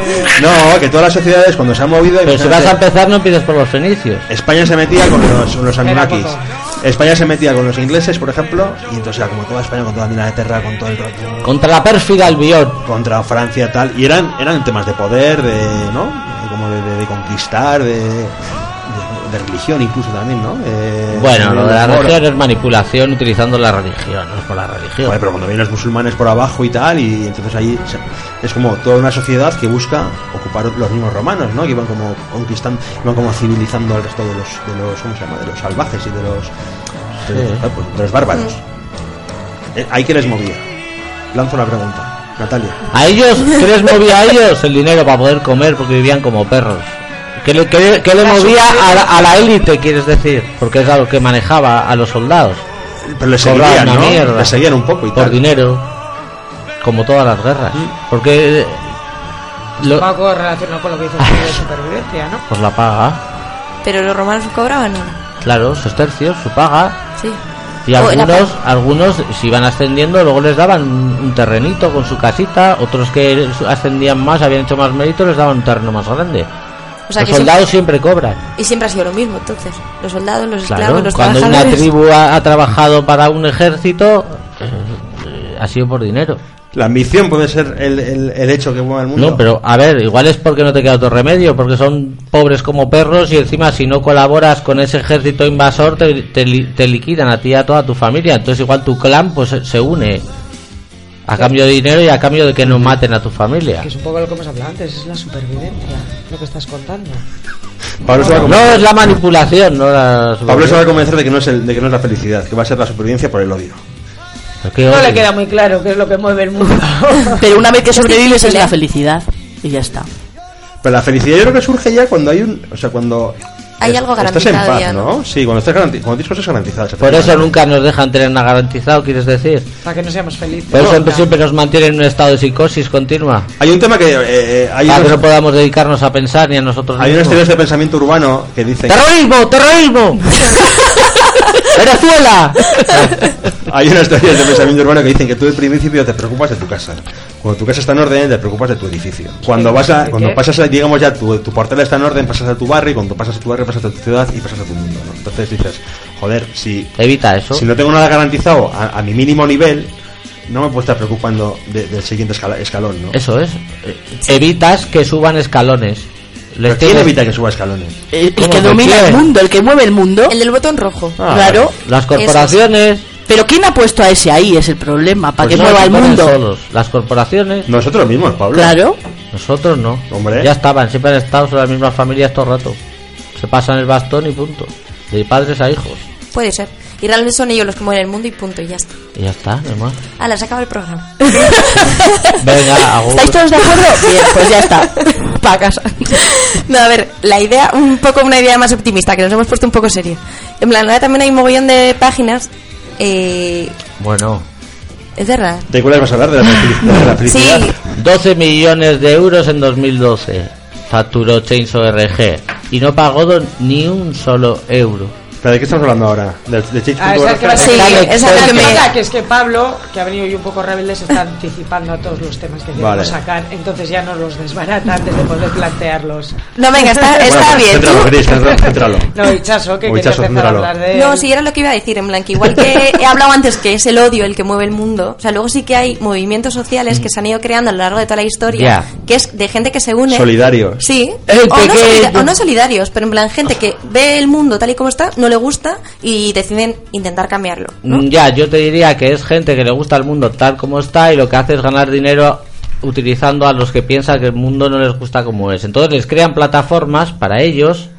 Speaker 5: No, que todas las sociedades cuando se han movido...
Speaker 3: Pero si vas
Speaker 5: imagínate,
Speaker 3: a empezar, no empiezas por los fenicios.
Speaker 5: España se metía con los, con los Anunnakis.
Speaker 2: poco.
Speaker 5: España se metía con los ingleses, por ejemplo, y entonces era como toda España, con toda Inglaterra, con todo el rollo,
Speaker 3: Contra la pérfida Albión.
Speaker 5: contra Francia, tal. Y eran, eran temas de poder, de, ¿no? De- Como de, de- de conquistar, de, de, de religión incluso también, ¿no? Eh,
Speaker 3: Bueno, lo de la
Speaker 5: moros.
Speaker 3: religión es manipulación utilizando la religión, no es por la religión.
Speaker 5: Joder, pero cuando vienen los musulmanes por abajo y tal, y entonces ahí se- es como toda una sociedad que busca ocupar los mismos romanos, ¿no? Que iban como conquistando, iban como civilizando al resto de los, de los ¿cómo se llama? De los salvajes y de los, de,
Speaker 3: Sí.
Speaker 5: ah, pues, de los bárbaros. Eh, Ahí que les movía. Lanzo la pregunta, Natalia.
Speaker 3: A ellos, ¿qué les movía a ellos? El dinero para poder comer porque vivían como perros. ¿Qué le, qué le- qué le
Speaker 2: La
Speaker 3: movía
Speaker 2: suprema-
Speaker 3: a la, a la élite, quieres decir? Porque es algo que manejaba a los soldados.
Speaker 5: Pero le
Speaker 3: Cobraban
Speaker 5: seguían,
Speaker 3: una
Speaker 5: ¿no?
Speaker 3: mierda.
Speaker 5: Le seguían un poco y
Speaker 3: Por
Speaker 5: tal.
Speaker 3: dinero. Como todas las guerras. Porque... eh, lo-
Speaker 2: Va correlacionado con lo que dices tú de supervivencia, ¿no?
Speaker 3: pues la paga.
Speaker 4: Pero los romanos cobraban uno.
Speaker 3: Claro, sus tercios, su paga.
Speaker 4: Sí.
Speaker 3: Y
Speaker 4: O Oh, la
Speaker 3: algunos, algunos si iban ascendiendo, luego les daban un un terrenito con su casita. Otros que ascendían más, habían hecho más mérito, les daban un terreno más grande.
Speaker 4: O sea
Speaker 3: los
Speaker 4: que
Speaker 3: soldados siempre cobran.
Speaker 4: siempre, y siempre ha sido lo mismo, entonces. Los soldados, los esclavos,
Speaker 3: Claro,
Speaker 4: los
Speaker 3: cuando una
Speaker 4: trabajadores.
Speaker 3: tribu ha, ha trabajado para un ejército, eh, ha sido por dinero.
Speaker 5: La ambición puede ser el, el, el hecho que mueva el mundo.
Speaker 3: No, pero a ver, igual es porque no te queda otro remedio, porque son pobres como perros y encima si no colaboras con ese ejército invasor te, te li- te liquidan a ti y a toda tu familia. Entonces igual tu clan pues se- se une a cambio de dinero y a cambio de que no maten a tu familia.
Speaker 2: Que es un poco lo que hemos hablado antes, es la supervivencia, lo que estás contando.
Speaker 5: Pablo se va a
Speaker 3: No
Speaker 5: convencer,
Speaker 3: es la manipulación, no la...
Speaker 5: Pablo se va a convencer de que no es el, de que no es la felicidad, que va a ser la supervivencia por el odio.
Speaker 3: Qué
Speaker 2: No le
Speaker 3: odio.
Speaker 2: queda muy claro qué es lo que mueve el mundo.
Speaker 6: Pero una vez que
Speaker 4: Es
Speaker 6: sobrevives es
Speaker 4: difícil,
Speaker 6: la
Speaker 4: ¿eh?
Speaker 6: felicidad. Y ya está.
Speaker 5: Pero la felicidad yo creo que surge ya cuando hay un, o sea, cuando
Speaker 4: Hay
Speaker 5: es-
Speaker 4: algo
Speaker 5: estás en
Speaker 4: garantizado
Speaker 5: paz,
Speaker 4: ya,
Speaker 5: ¿no?
Speaker 4: ¿no?
Speaker 5: Sí, cuando estás garanti- cuando tienes cosas garantizadas.
Speaker 3: Por eso nunca nos dejan tener nada garantizado, quieres decir.
Speaker 2: Para que no seamos felices.
Speaker 3: Por eso
Speaker 2: No,
Speaker 3: siempre, siempre nos mantienen en un estado de psicosis continua.
Speaker 5: Hay un tema que eh, eh, hay,
Speaker 3: Para Ah, que
Speaker 5: unos,
Speaker 3: no podamos dedicarnos a pensar ni a nosotros
Speaker 5: hay unas
Speaker 3: mismos.
Speaker 5: teorías de pensamiento urbano que dicen
Speaker 3: ¡Terrorismo! ¡Terrorismo! ¡Venezuela!
Speaker 5: hay unas teorías de pensamiento urbano que dicen que tú de principio te preocupas de tu casa. Cuando tu casa está en orden te preocupas de tu edificio. Cuando vas a,
Speaker 2: ¿De
Speaker 5: cuando
Speaker 2: qué?
Speaker 5: pasas a- digamos ya tu, tu portal está en orden, pasas a tu barrio, y cuando pasas a tu barrio pasas a tu ciudad y pasas a tu mundo, ¿no? Entonces dices, joder, si
Speaker 3: Evita eso.
Speaker 5: Si no tengo nada garantizado a, a mi mínimo nivel, no me puedo estar preocupando de- del siguiente escala- escalón, ¿no?
Speaker 3: Eso es. Eh, Evitas que suban escalones. Les
Speaker 5: Pero ¿Quién
Speaker 3: tienes-
Speaker 5: evita que suba escalones?
Speaker 6: El, el
Speaker 3: ¿Cómo
Speaker 6: que
Speaker 3: que
Speaker 6: domina
Speaker 3: quién?
Speaker 6: el mundo, el que mueve el mundo.
Speaker 4: El del botón rojo.
Speaker 3: Ah,
Speaker 6: claro.
Speaker 3: Las corporaciones.
Speaker 6: Pero ¿quién ha puesto a ese ahí? Es el problema. Para
Speaker 3: pues
Speaker 6: que
Speaker 3: no,
Speaker 6: mueva
Speaker 3: se
Speaker 6: el
Speaker 3: ponen
Speaker 6: mundo.
Speaker 3: solos. Las corporaciones.
Speaker 5: Nosotros mismos, Pablo.
Speaker 6: Claro.
Speaker 3: Nosotros no.
Speaker 5: Hombre.
Speaker 3: Ya estaban, siempre han estado sobre las mismas familias todo el rato. Se pasan el bastón y punto. De padres a hijos.
Speaker 4: Puede ser. Y realmente son ellos los que mueven el mundo y punto, y ya está.
Speaker 3: Y ya está, no hay más.
Speaker 4: Ala, se acaba el programa.
Speaker 3: Venga, agur.
Speaker 6: ¿Estáis todos de acuerdo? Bien, pues ya está. Para casa.
Speaker 4: No, a ver, la idea, un poco una idea más optimista, que nos hemos puesto un poco serio. En plan, ahora también hay un mogollón de páginas. Eh,
Speaker 3: Bueno,
Speaker 4: es verdad.
Speaker 5: ¿De cuáles vas a hablar? ¿De la, felici- de la felicidad?
Speaker 4: Sí,
Speaker 3: 12 millones de euros en 2012 facturó Chainsaw RG y no pagó do- ni un solo euro.
Speaker 5: ¿Pero ¿De qué estamos hablando ahora? ¿De, de Change.org?
Speaker 2: Ah, esa que va a
Speaker 4: Sí, eh,
Speaker 2: ser-
Speaker 4: esa es la que me-
Speaker 2: cosa que es que Pablo, que ha venido hoy un poco rebelde, se está anticipando a todos los temas que queremos
Speaker 5: Vale.
Speaker 2: sacar, entonces ya nos los desbarata antes de poder plantearlos.
Speaker 4: No, venga, está,
Speaker 5: Bueno,
Speaker 4: está
Speaker 5: pues,
Speaker 4: bien.
Speaker 5: Céntralo,
Speaker 4: Tú-
Speaker 5: Gris, céntralo, céntralo.
Speaker 2: No, Hichaso, que
Speaker 5: O
Speaker 2: quería
Speaker 5: Itxaso,
Speaker 2: empezar a
Speaker 5: míralo.
Speaker 2: hablar de...
Speaker 4: No, sí, era lo que iba a decir, en plan, que igual que he hablado antes que es el odio el que mueve el mundo, o sea, luego sí que hay movimientos sociales que se han ido creando a lo largo de toda la historia,
Speaker 3: Ya.
Speaker 4: que es de gente que se une.
Speaker 5: Solidarios.
Speaker 4: Sí,
Speaker 3: El
Speaker 4: o no,
Speaker 3: pequeño.
Speaker 4: solida- o no solidarios, pero en plan, gente que ve el mundo tal y como está, no le gusta y deciden intentar cambiarlo. ¿no?
Speaker 3: Mm, Ya, yo te diría que es gente que le gusta el mundo tal como está y lo que hace es ganar dinero utilizando a los que piensan que el mundo no les gusta como es. Entonces les crean plataformas para ellos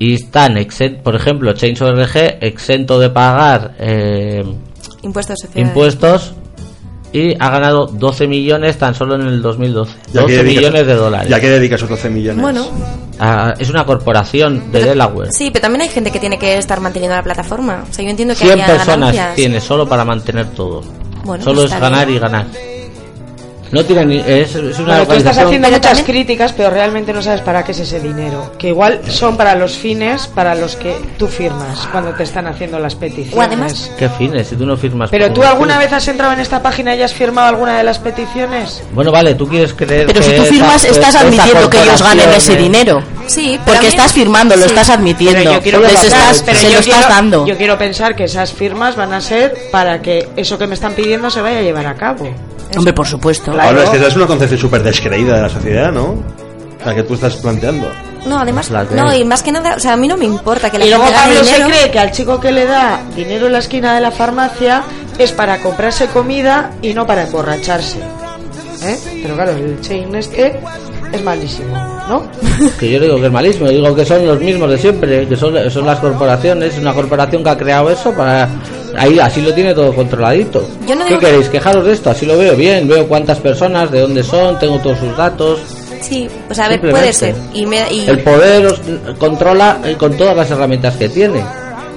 Speaker 3: y están, exen- por ejemplo, Chainsaw RG exento de pagar eh,
Speaker 4: Impuestos sociales.
Speaker 3: impuestos y ha ganado 12 millones tan solo en el 2012.
Speaker 5: ¿Y a qué
Speaker 3: 12
Speaker 5: dedicas-
Speaker 3: millones de dólares.
Speaker 5: ¿Y a qué dedicas esos 12 millones?
Speaker 4: Bueno,
Speaker 3: Ah, es una corporación de Delaware.
Speaker 4: sí, pero también hay gente que tiene que estar manteniendo la plataforma. O sea, yo entiendo que
Speaker 3: 100
Speaker 4: haya
Speaker 3: personas
Speaker 4: ganancias.
Speaker 3: tiene solo para mantener todo.
Speaker 4: Bueno,
Speaker 3: solo es
Speaker 4: está
Speaker 3: ganar
Speaker 4: bien.
Speaker 3: y ganar. No tiene ni- es, es una
Speaker 2: Bueno, tú estás
Speaker 3: organización.
Speaker 2: haciendo
Speaker 4: Pero
Speaker 2: muchas
Speaker 4: también-
Speaker 2: críticas, pero realmente no sabes para qué es ese dinero. Que igual son para los fines para los que tú firmas cuando te están haciendo las peticiones.
Speaker 4: O además-
Speaker 3: ¿Qué fines? Si tú no firmas.
Speaker 2: Pero
Speaker 3: por
Speaker 2: tú
Speaker 3: un
Speaker 2: alguna
Speaker 3: fin.
Speaker 2: vez has entrado en esta página y has firmado alguna de las peticiones.
Speaker 3: Bueno, vale, tú quieres creer.
Speaker 6: Pero
Speaker 3: que
Speaker 6: si tú
Speaker 3: esa-
Speaker 6: firmas,
Speaker 3: que
Speaker 6: estás
Speaker 3: esa
Speaker 6: admitiendo que ellos ganen ese
Speaker 3: corporación es-
Speaker 6: dinero.
Speaker 4: Sí, pero
Speaker 6: Porque
Speaker 4: a mí-
Speaker 6: estás firmando, lo
Speaker 4: sí.
Speaker 6: estás admitiendo.
Speaker 2: yo quiero
Speaker 6: les
Speaker 2: pensar-
Speaker 6: estás-
Speaker 2: pero
Speaker 6: se
Speaker 2: yo
Speaker 6: lo estás
Speaker 2: quiero-
Speaker 6: dando.
Speaker 2: Yo quiero pensar que esas firmas van a ser para que eso que me están pidiendo se vaya a llevar a cabo.
Speaker 6: Hombre, por supuesto.
Speaker 2: Claro.
Speaker 5: Pablo, es que esa es una concepción súper descreída de la sociedad, ¿no? La que tú estás planteando.
Speaker 4: No, además,
Speaker 3: La que-
Speaker 4: no, y más que nada, o sea, a mí no me importa que la
Speaker 2: Y luego
Speaker 4: gente gane
Speaker 2: Pablo se
Speaker 4: dinero.
Speaker 2: cree que al chico que le da dinero en la esquina de la farmacia es para comprarse comida y no para emborracharse. ¿Eh? Pero claro, el chain este es malísimo, ¿no?
Speaker 3: Que yo digo que es malísimo, yo digo que son los mismos de siempre, que son, son las corporaciones, una corporación que ha creado eso para... Ahí, así lo tiene todo controladito.
Speaker 4: Yo no
Speaker 3: ¿Qué
Speaker 4: digo que-
Speaker 3: queréis? Quejaros de esto, así lo veo bien, veo cuántas personas, de dónde son, tengo todos sus datos.
Speaker 4: Sí, pues a ver,
Speaker 3: Simplemente.
Speaker 4: puede ser. Y me- y-
Speaker 3: El poder os controla eh, con todas las herramientas que tiene.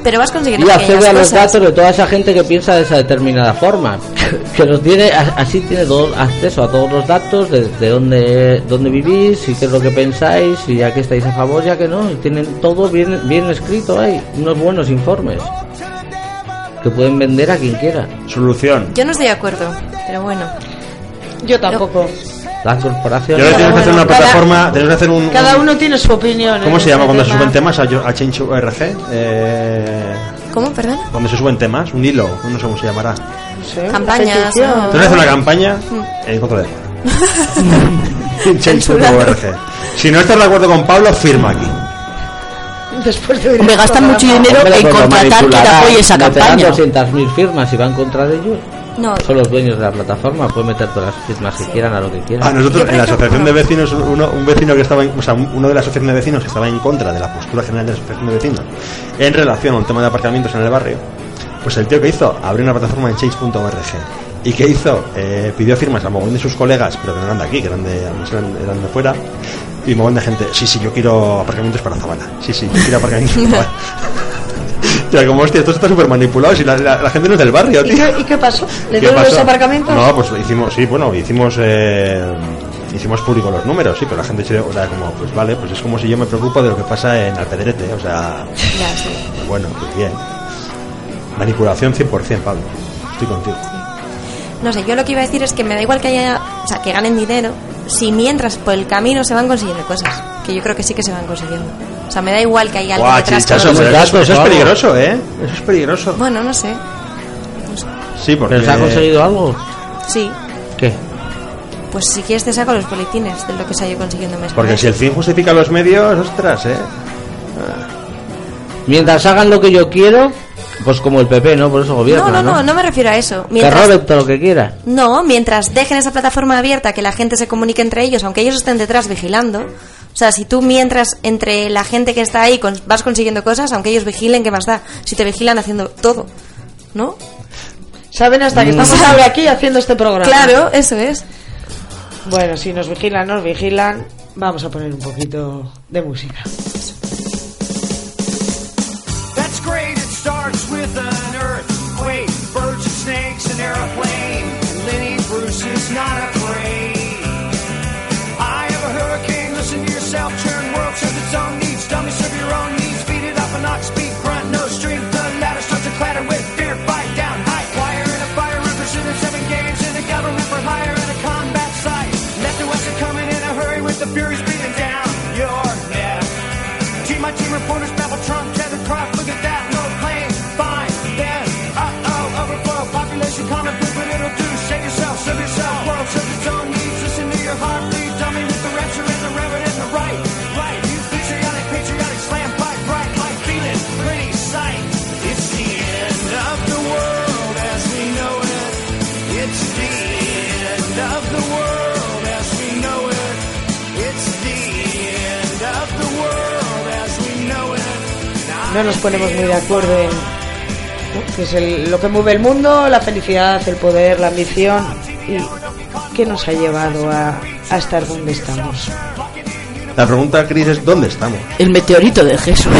Speaker 4: pero vas consiguiendo
Speaker 3: Y accede
Speaker 4: pequeñas
Speaker 3: a los
Speaker 4: cosas.
Speaker 3: datos de toda esa gente que piensa de esa determinada forma. Que los tiene, a- así tiene todo, acceso a todos los datos de, de dónde, dónde vivís y qué es lo que pensáis y a qué estáis a favor y a qué no. Y tienen todo bien, bien escrito ahí, unos buenos informes que pueden vender a quien quiera.
Speaker 5: Solución.
Speaker 4: Yo no estoy de acuerdo, pero bueno.
Speaker 7: Yo tampoco.
Speaker 3: Las
Speaker 5: Yo
Speaker 3: corporaciones.
Speaker 5: creo que tenemos que hacer una
Speaker 7: Cada-
Speaker 5: plataforma, tenemos que hacer un...
Speaker 7: Cada
Speaker 5: un-
Speaker 7: uno tiene su opinión. en
Speaker 5: ¿Cómo se
Speaker 7: este
Speaker 5: llama cuando se
Speaker 7: tema.
Speaker 5: suben temas a, yo- a Change.org? Eh,
Speaker 4: ¿Cómo? Perdón.
Speaker 5: cuando se suben temas, un hilo, no sé cómo se llamará.
Speaker 7: No sé, una
Speaker 4: Campañas,
Speaker 7: petición.
Speaker 4: ¿no?
Speaker 5: Entonces hace una campaña
Speaker 7: Mm.
Speaker 5: en contra de Juan. Change.org. Si no estás de acuerdo con Pablo, firma aquí.
Speaker 7: Después de
Speaker 2: este
Speaker 6: Hombre, gastan mucho dinero en contratar que te apoye esa campaña.
Speaker 3: 200.000 firmas y va en contra de ellos.
Speaker 4: No,
Speaker 3: Son los dueños de la plataforma, pueden meter todas las firmas que quieran a lo que quieran.
Speaker 5: A nosotros,
Speaker 4: Yo, por
Speaker 5: en la
Speaker 4: ejemplo,
Speaker 5: asociación de vecinos, uno, un vecino que estaba, en- o sea, un- uno de la asociación de vecinos que estaba en contra de la postura general de la asociación de vecinos en relación a un tema de aparcamientos en el barrio, pues el tío que hizo abrió una plataforma en change.org y que hizo, Eh, pidió firmas a mogollón de sus colegas, pero que no eran de aquí, que eran de, eran, eran de fuera, y mogollón de gente, sí, sí, yo quiero aparcamientos para Zabala, sí, sí, yo quiero aparcamientos para Zabala. Ya, como hostia, esto está súper manipulado, si la, la- la gente no es del barrio,
Speaker 7: ¿Y
Speaker 5: tío.
Speaker 7: qué, y qué pasó? ¿Le
Speaker 5: ¿Qué
Speaker 7: dieron los
Speaker 5: pasó?
Speaker 7: aparcamientos?
Speaker 5: No, pues hicimos, sí, bueno, hicimos eh, hicimos público los números, sí, pero la gente se o sea, como, pues vale, pues es como si yo me preocupo de lo que pasa en Alpedrete, o sea,
Speaker 4: ya, sí.
Speaker 5: pues bueno, pues bien. Manipulación 100%, Pablo. Estoy contigo.
Speaker 4: No sé, yo lo que iba a decir es que me da igual que haya, o sea, que ganen dinero, si mientras por el camino se van consiguiendo cosas, que yo creo que sí que se van consiguiendo. O sea, me da igual que haya alguien
Speaker 5: Guau,
Speaker 4: detrás.
Speaker 5: chichazo,
Speaker 4: con-
Speaker 3: los
Speaker 5: pero eso,
Speaker 3: datos,
Speaker 5: eso es
Speaker 3: Pablo.
Speaker 5: peligroso, ¿eh? Eso es peligroso.
Speaker 4: Bueno, no sé.
Speaker 5: Sí, porque...
Speaker 3: ¿Pero se ha conseguido algo?
Speaker 4: Sí,
Speaker 3: ¿Qué?
Speaker 4: pues si quieres te saco los boletines de lo que se ha ido consiguiendo mes.
Speaker 5: Porque si el fin justifica los medios, ostras, ¿eh?
Speaker 3: Mientras hagan lo que yo quiero, pues como el PP, ¿no? Por eso
Speaker 4: no,
Speaker 3: gobierna,
Speaker 4: no, no, no me refiero a eso.
Speaker 3: Que
Speaker 4: Mientras
Speaker 3: roben todo lo que quiera.
Speaker 4: No, mientras dejen esa plataforma abierta, que la gente se comunique entre ellos, aunque ellos estén detrás vigilando. O sea, si tú mientras entre la gente que está ahí con- vas consiguiendo cosas, aunque ellos vigilen, ¿qué más da? Si te vigilan haciendo todo, ¿no?
Speaker 7: Saben hasta que estamos
Speaker 6: Mm.
Speaker 7: ahora aquí haciendo este programa.
Speaker 4: Claro, eso es.
Speaker 7: Bueno, si nos vigilan, nos vigilan. Vamos a poner un poquito de música.
Speaker 8: That's great. It starts with an earthquake, birds and snakes, an airplane. Lenny Bruce is not afraid. I have a hurricane. Listen to yourself. Churn world serves its own needs. Dummy serve your own needs. Feed it up an ox speak. Grunt no strength. The ladder starts to clatter with fear. Fight down. High wire and a fire representing seven games and a government for hire and a combat site. Left and west are coming in a hurry with the furies beating down your neck. Team my team reporters babble Trump, tether crop, look at that, no plane, fine, then, uh-oh, overflow, population common, do what it'll do, shake yourself, serve yourself, world serves its own needs, listen to your heart, please, dummy with the rapture and the reverend and the right, right, you patriotic, patriotic, slam, fight, right, like feeling, pretty sight, it's the end of the world as we know it, it's the end of the world as we know it, it's the end of the world as we know it.
Speaker 7: No nos ponemos muy de acuerdo en ¿no? que es el- lo que mueve el mundo, la felicidad, el poder, la ambición y qué nos ha llevado a, a estar donde estamos.
Speaker 5: La pregunta, Cris, es ¿dónde estamos?
Speaker 6: El meteorito de Jesús.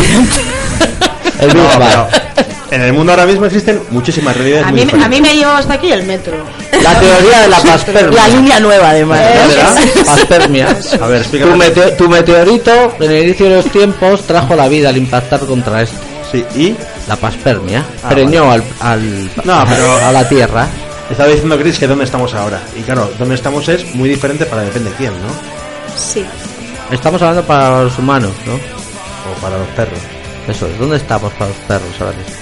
Speaker 3: El
Speaker 5: No,
Speaker 3: Big Bang.
Speaker 5: pero en el mundo ahora mismo existen muchísimas realidades
Speaker 7: A
Speaker 5: muy
Speaker 7: mí, a
Speaker 5: diferentes.
Speaker 7: mí me ha llevado hasta aquí el metro.
Speaker 3: La teoría de la ¿Eh?
Speaker 6: La
Speaker 3: paspermia.
Speaker 6: línea nueva, además.
Speaker 3: ¿Ya verás?
Speaker 6: ¿no?
Speaker 3: Paspermia.
Speaker 5: A ver,
Speaker 3: Tu,
Speaker 5: explícame.
Speaker 3: meteo- tu meteorito, en el inicio de los tiempos, trajo la vida al impactar contra esto.
Speaker 5: Sí, y
Speaker 3: La paspermia.
Speaker 5: Ah,
Speaker 3: Preñó al, al-
Speaker 5: No, pero-
Speaker 3: a la tierra.
Speaker 5: Estaba diciendo Chris que dónde estamos ahora. Y claro, dónde estamos es muy diferente para depende quién, ¿no?
Speaker 4: Sí.
Speaker 3: Estamos hablando para los humanos, ¿no?
Speaker 5: O para los perros.
Speaker 3: Eso es. ¿Dónde estamos para los perros ahora mismo?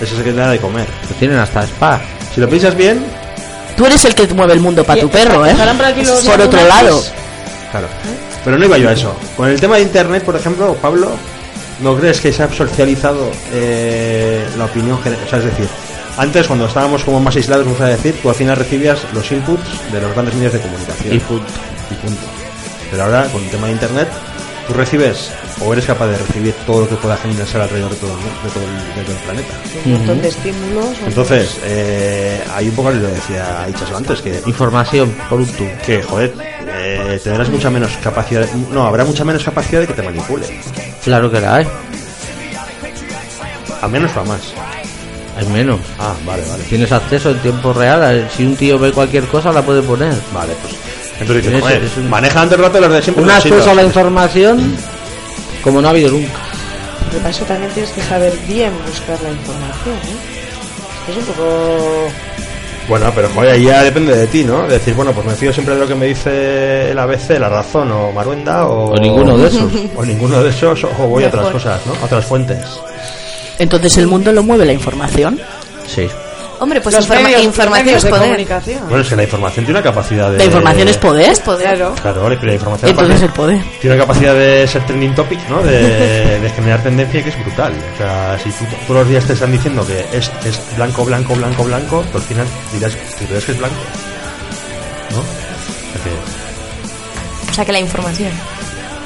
Speaker 5: Eso es el que te da de comer.
Speaker 3: Que tienen hasta spa.
Speaker 5: Si lo piensas bien,
Speaker 6: Tú eres el que mueve el mundo para tu perro, ¿eh?
Speaker 7: estarán por aquí los
Speaker 6: Por otro
Speaker 7: yakunatis.
Speaker 6: lado.
Speaker 5: claro. Pero no iba yo a eso. Con el tema de internet, por ejemplo, Pablo, ¿no crees que se ha socializado eh, la opinión general? O sea, es decir, antes cuando estábamos como más aislados, vamos a decir, tú al final recibías los inputs de los grandes medios de comunicación.
Speaker 3: Y punto.
Speaker 5: y punto. Pero ahora, con el tema de internet, tú recibes o eres capaz de recibir todo lo que pueda generarse alrededor de todo, el mu- de todo el- de todo el planeta.
Speaker 7: Un montón de estímulos. un-
Speaker 5: Entonces, eh, hay un poco lo que decía Hichaso antes, que,
Speaker 3: Información por un tubo.
Speaker 5: que joder, eh, eh, tendrás mucha menos capacidad. No, habrá mucha menos capacidad de que te manipule.
Speaker 3: Claro que la hay.
Speaker 5: A menos o a más.
Speaker 3: Hay menos.
Speaker 5: Ah, vale, vale.
Speaker 3: Tienes acceso en tiempo real. a- Si un tío ve cualquier cosa, la puede poner.
Speaker 5: Vale, pues. Entonces dices,
Speaker 3: Tienes-
Speaker 5: joder,
Speaker 3: es un-
Speaker 5: maneja antes rato los de siempre.
Speaker 3: Un
Speaker 5: los
Speaker 3: acceso a
Speaker 5: chinos.
Speaker 3: la información como no ha habido nunca.
Speaker 7: Pero para eso también tienes que saber bien buscar la información, ¿eh? Es un poco...
Speaker 5: Bueno, pero joder, ahí ya depende de ti, ¿no? De decir, bueno, pues me fío siempre de lo que me dice el ABC, la razón o Maruenda o,
Speaker 3: O ninguno de esos.
Speaker 5: o ninguno de esos, o voy a otras cosas, ¿no? A otras fuentes.
Speaker 6: Entonces el mundo lo mueve la información.
Speaker 3: Sí.
Speaker 4: Hombre, pues
Speaker 7: Los
Speaker 4: informa-
Speaker 7: medios- los
Speaker 4: información
Speaker 7: medios
Speaker 4: es
Speaker 7: de
Speaker 4: poder.
Speaker 7: comunicación.
Speaker 5: Bueno, es que la información tiene una capacidad de.
Speaker 6: La información es poder.
Speaker 4: Es poder.
Speaker 7: Claro.
Speaker 5: Claro, vale, pero la información
Speaker 6: Entonces
Speaker 5: aparte
Speaker 6: el poder.
Speaker 5: tiene una capacidad de ser trending topic, ¿no? De, de generar tendencia que es brutal. O sea, si tú todos los días te están diciendo que es, es blanco, blanco, blanco, blanco, pues al final dirás, tú crees que es blanco. ¿No? Es que-
Speaker 4: O sea, que la información.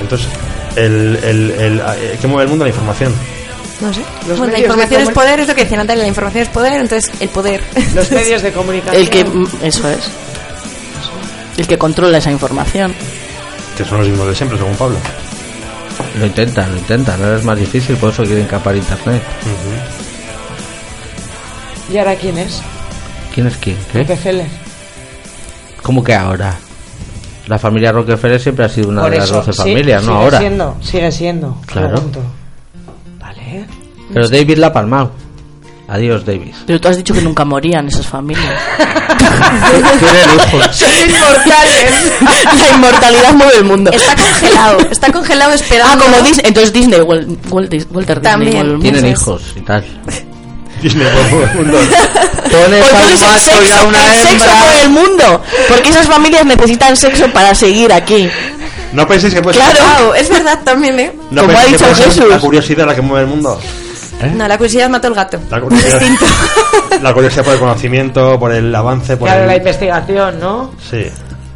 Speaker 5: Entonces, el, el, el, eh, ¿qué mueve el mundo? La información.
Speaker 4: No sé.
Speaker 7: Los
Speaker 4: Bueno, la
Speaker 7: medios de
Speaker 4: información es
Speaker 7: comunicación-
Speaker 4: poder, es lo que decía Natalia, la información es poder, entonces el poder.
Speaker 7: Los medios de comunicación.
Speaker 6: El que. mm, Eso es. El que controla esa información.
Speaker 5: Que son los mismos de siempre, según Pablo.
Speaker 3: Lo intentan, lo intentan. Ahora es más difícil, por eso quieren capar internet.
Speaker 7: ¿Y ahora quién es?
Speaker 3: ¿Quién es quién? ¿Qué?
Speaker 7: Rockefeller.
Speaker 3: ¿Cómo que ahora? La familia Rockefeller siempre ha sido una
Speaker 7: Por
Speaker 3: de las
Speaker 7: eso,
Speaker 3: 12
Speaker 7: sí,
Speaker 3: familias, no
Speaker 7: sigue
Speaker 3: ahora.
Speaker 7: Siendo, sigue siendo.
Speaker 3: Claro.
Speaker 7: Punto. Vale.
Speaker 3: Pero David la ha palmado. Adiós, David.
Speaker 6: Pero tú has dicho que nunca morían esas familias.
Speaker 3: Tiene lujos.
Speaker 6: la inmortalidad mueve el mundo.
Speaker 4: Está congelado, está congelado
Speaker 6: Ah,
Speaker 4: esperando.
Speaker 6: como Disney. Entonces Disney, Wal- Walt Dis- Walter Disney.
Speaker 4: También.
Speaker 6: mueve el mundo.
Speaker 3: Tienen hijos y tal.
Speaker 5: Disney por el mundo.
Speaker 3: Pones a un
Speaker 6: Porque es el
Speaker 3: macho y a
Speaker 6: sexo,
Speaker 3: una
Speaker 6: el sexo
Speaker 3: hembra.
Speaker 6: por el mundo. Porque esas familias necesitan sexo para seguir aquí.
Speaker 5: No penséis que puede
Speaker 7: Ah,
Speaker 5: ser-
Speaker 4: Claro, es verdad también, ¿eh?
Speaker 5: no
Speaker 6: como ha
Speaker 5: penséis que
Speaker 6: dicho
Speaker 5: puede ser La
Speaker 6: Jesús.
Speaker 5: curiosidad la que mueve el mundo.
Speaker 4: No, la curiosidad mató al gato.
Speaker 5: ¿Eh? La curiosidad,
Speaker 4: Distinto.
Speaker 5: la curiosidad por el conocimiento, por el avance, por
Speaker 7: Claro,
Speaker 5: el.
Speaker 7: la investigación, ¿no?
Speaker 5: Sí,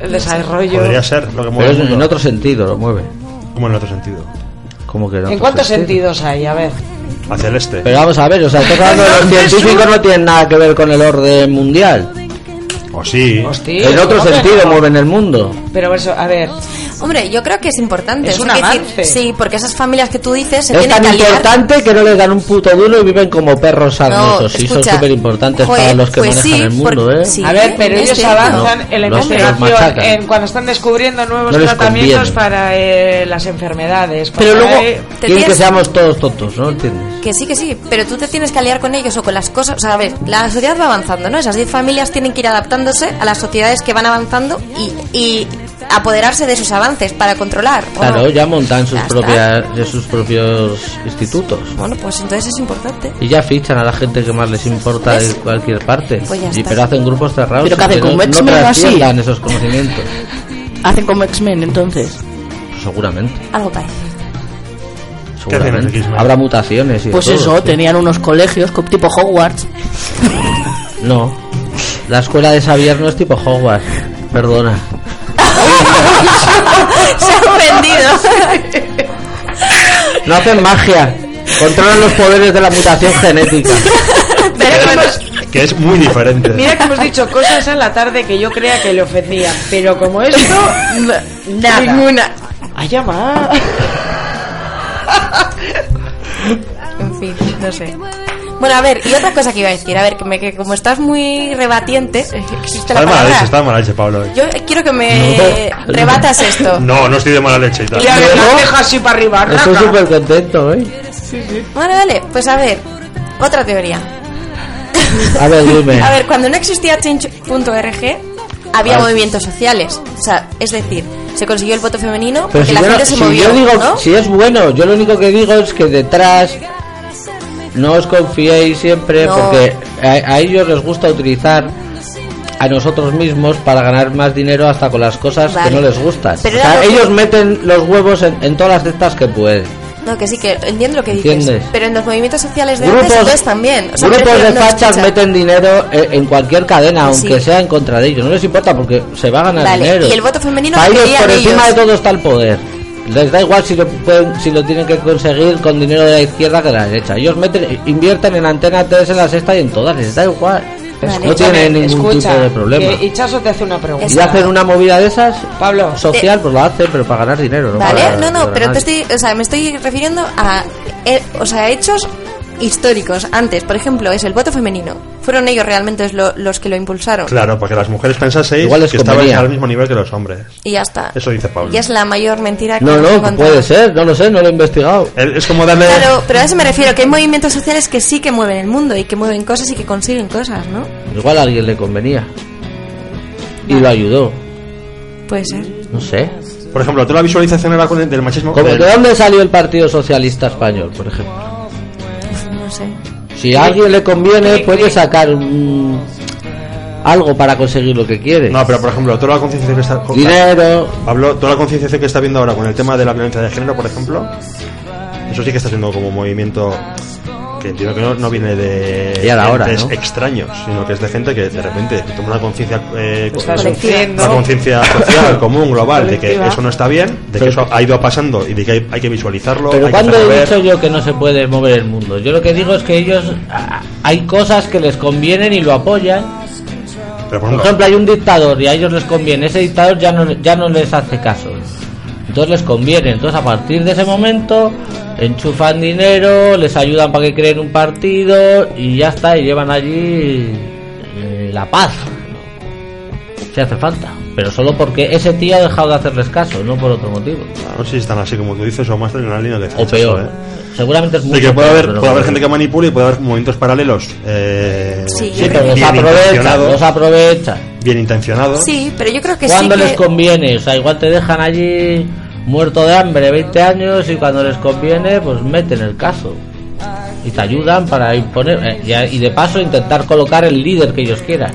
Speaker 7: El desarrollo.
Speaker 5: podría ser lo que mueve
Speaker 3: Pero es
Speaker 5: el mundo.
Speaker 3: en otro sentido lo mueve.
Speaker 5: Como en otro sentido.
Speaker 3: ¿Cómo que no?
Speaker 7: ¿En cuántos sentidos hay? A ver.
Speaker 5: Hacia el este.
Speaker 3: Pero vamos a ver, o sea, estás hablando de los científicos no tienen nada que ver con el orden mundial.
Speaker 5: O sí.
Speaker 7: Hostia,
Speaker 3: En otro
Speaker 7: ¿cómo que
Speaker 3: sentido
Speaker 7: no?
Speaker 3: mueven el mundo.
Speaker 7: Pero eso, a ver.
Speaker 4: Hombre, yo creo que es importante.
Speaker 7: Es
Speaker 4: o sea,
Speaker 7: un
Speaker 4: quiero
Speaker 7: avance.
Speaker 4: sí, porque esas familias que tú dices se
Speaker 3: Es
Speaker 4: tienen
Speaker 3: tan
Speaker 4: que aliar.
Speaker 3: importante que no les dan un puto duro y viven como perros
Speaker 4: No,
Speaker 3: sarnosos. y son
Speaker 4: escucha,
Speaker 3: súper importantes
Speaker 4: joder,
Speaker 3: para los que
Speaker 4: pues
Speaker 3: manejan
Speaker 4: sí,
Speaker 3: el mundo,
Speaker 4: por-
Speaker 3: ¿eh?
Speaker 4: sí.
Speaker 7: A ver, pero
Speaker 4: es
Speaker 7: ellos
Speaker 4: cierto.
Speaker 7: avanzan
Speaker 3: No,
Speaker 7: en la
Speaker 3: los- los
Speaker 7: investigación,
Speaker 3: machacan.
Speaker 7: en cuando están descubriendo nuevos
Speaker 3: No les
Speaker 7: tratamientos
Speaker 3: conviene.
Speaker 7: para eh, las enfermedades.
Speaker 3: Pero
Speaker 7: para-
Speaker 3: luego
Speaker 7: eh,
Speaker 4: Te
Speaker 3: quieren que
Speaker 4: tienes-
Speaker 3: seamos todos tontos, ¿no entiendes?
Speaker 4: Que sí, que sí, pero tú te tienes que aliar con ellos o con las cosas. O sea, a ver, la sociedad va avanzando, ¿no? Esas 10 familias tienen que ir adaptándose a las sociedades que van avanzando y, y apoderarse de sus avances para controlar. ¿o
Speaker 3: Claro,
Speaker 4: no?
Speaker 3: ya montan sus
Speaker 4: Oh. Ya está.
Speaker 3: propias de sus propios institutos.
Speaker 4: Bueno, pues entonces es importante.
Speaker 3: Y ya fichan a la gente que más les importa de
Speaker 4: ¿Ves?
Speaker 3: cualquier parte.
Speaker 4: Pues ya
Speaker 3: y,
Speaker 4: está.
Speaker 3: pero hacen grupos cerrados.
Speaker 6: Pero que hacen
Speaker 3: y
Speaker 6: con
Speaker 3: no, no
Speaker 6: Watchmen o así.
Speaker 3: trasciendan esos conocimientos.
Speaker 6: Hacen como X-Men entonces.
Speaker 3: Pues seguramente.
Speaker 4: Algo parecido.
Speaker 5: hacen en
Speaker 3: seguramente.
Speaker 5: X-Men?
Speaker 3: Habrá mutaciones y de
Speaker 6: Pues
Speaker 3: todo,
Speaker 6: eso,
Speaker 3: sí.
Speaker 6: tenían unos colegios co- tipo Hogwarts.
Speaker 3: No. La escuela de Xavier no es tipo Hogwarts. Perdona.
Speaker 4: Se ha ofendido.
Speaker 3: No hacen magia. Controlan los poderes de la mutación genética.
Speaker 7: mira que hemos-
Speaker 5: Que es muy diferente.
Speaker 7: Mira que hemos dicho cosas en la tarde que yo creía que le ofendían, pero como esto, n- nada. Ninguna. Ay, llamada.
Speaker 4: En fin, no sé. Bueno, a ver, y otra cosa que iba a decir, a ver, que, me, que como estás muy rebatiente, existe
Speaker 5: Está de
Speaker 4: la
Speaker 5: mala
Speaker 4: palabra.
Speaker 5: leche, está de mala leche, Pablo. eh.
Speaker 4: Yo quiero que me
Speaker 3: No.
Speaker 4: rebatas esto.
Speaker 5: No, no estoy de mala leche y tal.
Speaker 7: Y a ver, la deja así para arriba.
Speaker 3: Estoy
Speaker 7: raca.
Speaker 3: súper contento, ¿eh?
Speaker 4: Vale, vale, pues a ver, otra teoría.
Speaker 3: A ver, dime.
Speaker 4: A ver, cuando no existía change.org
Speaker 3: Ah.
Speaker 4: había movimientos sociales. O sea, es decir, se consiguió el voto femenino
Speaker 3: Pero
Speaker 4: porque
Speaker 3: si
Speaker 4: la
Speaker 3: yo, no-
Speaker 4: gente se
Speaker 3: si
Speaker 4: movió,
Speaker 3: yo digo,
Speaker 4: ¿no?
Speaker 3: si es bueno, yo lo único que digo es que detrás no os confiéis siempre
Speaker 4: No.
Speaker 3: porque a, a ellos les gusta utilizar a nosotros mismos para ganar más dinero hasta con las cosas
Speaker 4: Vale.
Speaker 3: que no les gustan.
Speaker 4: Pero
Speaker 3: O
Speaker 4: era
Speaker 3: sea,
Speaker 4: lo que-
Speaker 3: ellos meten los huevos en, en todas las cestas que pueden.
Speaker 4: No, que sí, que entiendo lo que dices.
Speaker 3: ¿Entiendes?
Speaker 4: Pero en los movimientos sociales de antes,
Speaker 3: Grupos,
Speaker 4: entonces también. O sea,
Speaker 3: grupos
Speaker 4: prefiero
Speaker 3: de
Speaker 4: no
Speaker 3: fachas
Speaker 4: escuchar.
Speaker 3: meten dinero eh, en, en cualquier cadena,
Speaker 4: Sí.
Speaker 3: aunque sea en contra de ellos. No les importa porque se va a ganar
Speaker 4: Vale,
Speaker 3: dinero.
Speaker 4: y el voto femenino
Speaker 3: Para
Speaker 4: lo
Speaker 3: ellos,
Speaker 4: querían
Speaker 3: por encima
Speaker 4: ellos.
Speaker 3: de todo está el poder. Les da igual si lo, pueden- si lo tienen que conseguir con dinero de la izquierda que de la derecha. Ellos meten, invierten en Antena 3, en la sexta y en todas. Les da igual.
Speaker 4: Vale.
Speaker 3: No tiene ningún tipo de problema.
Speaker 2: que Ichazo te hace una pregunta.
Speaker 3: Y hacen una movida de esas
Speaker 2: Pablo,
Speaker 3: social, pues la hacen, pero para ganar dinero, ¿no?
Speaker 4: Vale,
Speaker 3: Para-
Speaker 4: no, no,
Speaker 3: para
Speaker 4: pero te
Speaker 3: ganar-
Speaker 4: estoy, o sea, me estoy refiriendo a, eh, o sea, hechos históricos. Antes, por ejemplo, es el voto femenino. Fueron ellos realmente es lo- los que lo impulsaron.
Speaker 5: Claro, porque las mujeres pensaseis
Speaker 3: Igual les
Speaker 5: que estaban
Speaker 3: convenía.
Speaker 5: al mismo nivel que los hombres.
Speaker 4: Y ya está.
Speaker 5: Eso dice Pablo.
Speaker 4: Y es la mayor mentira que
Speaker 3: No,
Speaker 4: hemos
Speaker 3: no,
Speaker 4: encontrado.
Speaker 3: puede ser, no lo sé, no lo he investigado.
Speaker 5: El- Es como darle.
Speaker 4: Claro, pero a eso me refiero, que hay movimientos sociales que sí que mueven el mundo y que mueven cosas y que consiguen cosas, ¿no?
Speaker 3: Igual a alguien le convenía. Y lo ayudó.
Speaker 4: Puede ser.
Speaker 3: No sé.
Speaker 5: Por ejemplo, tú la visualización era con el- del machismo. Eh,
Speaker 3: Como, ¿De
Speaker 5: del-
Speaker 3: dónde salió el Partido Socialista Español, por ejemplo?
Speaker 4: No sé.
Speaker 3: Si a alguien le conviene, puede sacar un- algo para conseguir lo que quiere.
Speaker 5: No, pero por ejemplo, toda la conciencia que está. con-
Speaker 3: Dinero.
Speaker 5: Pablo, toda la concienciación que está viendo ahora con el tema de la violencia de género, por ejemplo, eso sí que está siendo como un movimiento que entiendo que no, no viene de
Speaker 3: Ya era hora,
Speaker 5: entes
Speaker 3: ¿no?
Speaker 5: extraños, sino que es de gente que de repente toma una conciencia eh,
Speaker 2: estás
Speaker 5: una
Speaker 4: Colectiva.
Speaker 2: sufriendo.
Speaker 5: conciencia social, común, global, de que
Speaker 2: Colectiva.
Speaker 5: eso no está bien, de que eso ha ido pasando y de que hay, hay que visualizarlo.
Speaker 3: Pero
Speaker 5: hay que
Speaker 3: cuando
Speaker 5: hacerlo
Speaker 3: he
Speaker 5: ver.
Speaker 3: dicho yo que no se puede mover el mundo, yo lo que digo es que ellos ah, hay cosas que les convienen y lo apoyan.
Speaker 5: Pero, por
Speaker 3: Por ejemplo,
Speaker 5: ejemplo,
Speaker 3: hay un dictador y a ellos les conviene, ese dictador ya no, ya no les hace caso. Entonces les conviene, entonces a partir de ese momento enchufan dinero, les ayudan para que creen un partido y ya está, y llevan allí eh, la paz. Si hace falta, pero solo porque ese tío ha dejado de hacerles caso, no por otro motivo.
Speaker 5: no sé si están así como tú dices o más en la línea de
Speaker 3: O
Speaker 5: Celso,
Speaker 3: peor.
Speaker 5: ¿eh?
Speaker 3: Seguramente es
Speaker 5: Sí,
Speaker 3: mucho
Speaker 5: que puede
Speaker 3: peor,
Speaker 5: haber,
Speaker 3: pero
Speaker 5: puede haber
Speaker 3: bueno.
Speaker 5: gente que manipula y puede haber movimientos paralelos. eh,
Speaker 4: Sí,
Speaker 5: bien
Speaker 3: Sí,
Speaker 4: yo
Speaker 3: pero los aprovechan,
Speaker 5: intencionados,
Speaker 3: los aprovechan.
Speaker 5: bien intencionados.
Speaker 4: Sí, pero yo creo que sí
Speaker 3: Cuando
Speaker 4: que...
Speaker 3: les conviene, o sea, igual te dejan allí muerto de hambre 20 años y cuando les conviene, pues meten el caso. Y te ayudan para imponer, eh, y a- y de paso intentar colocar el líder que ellos quieran.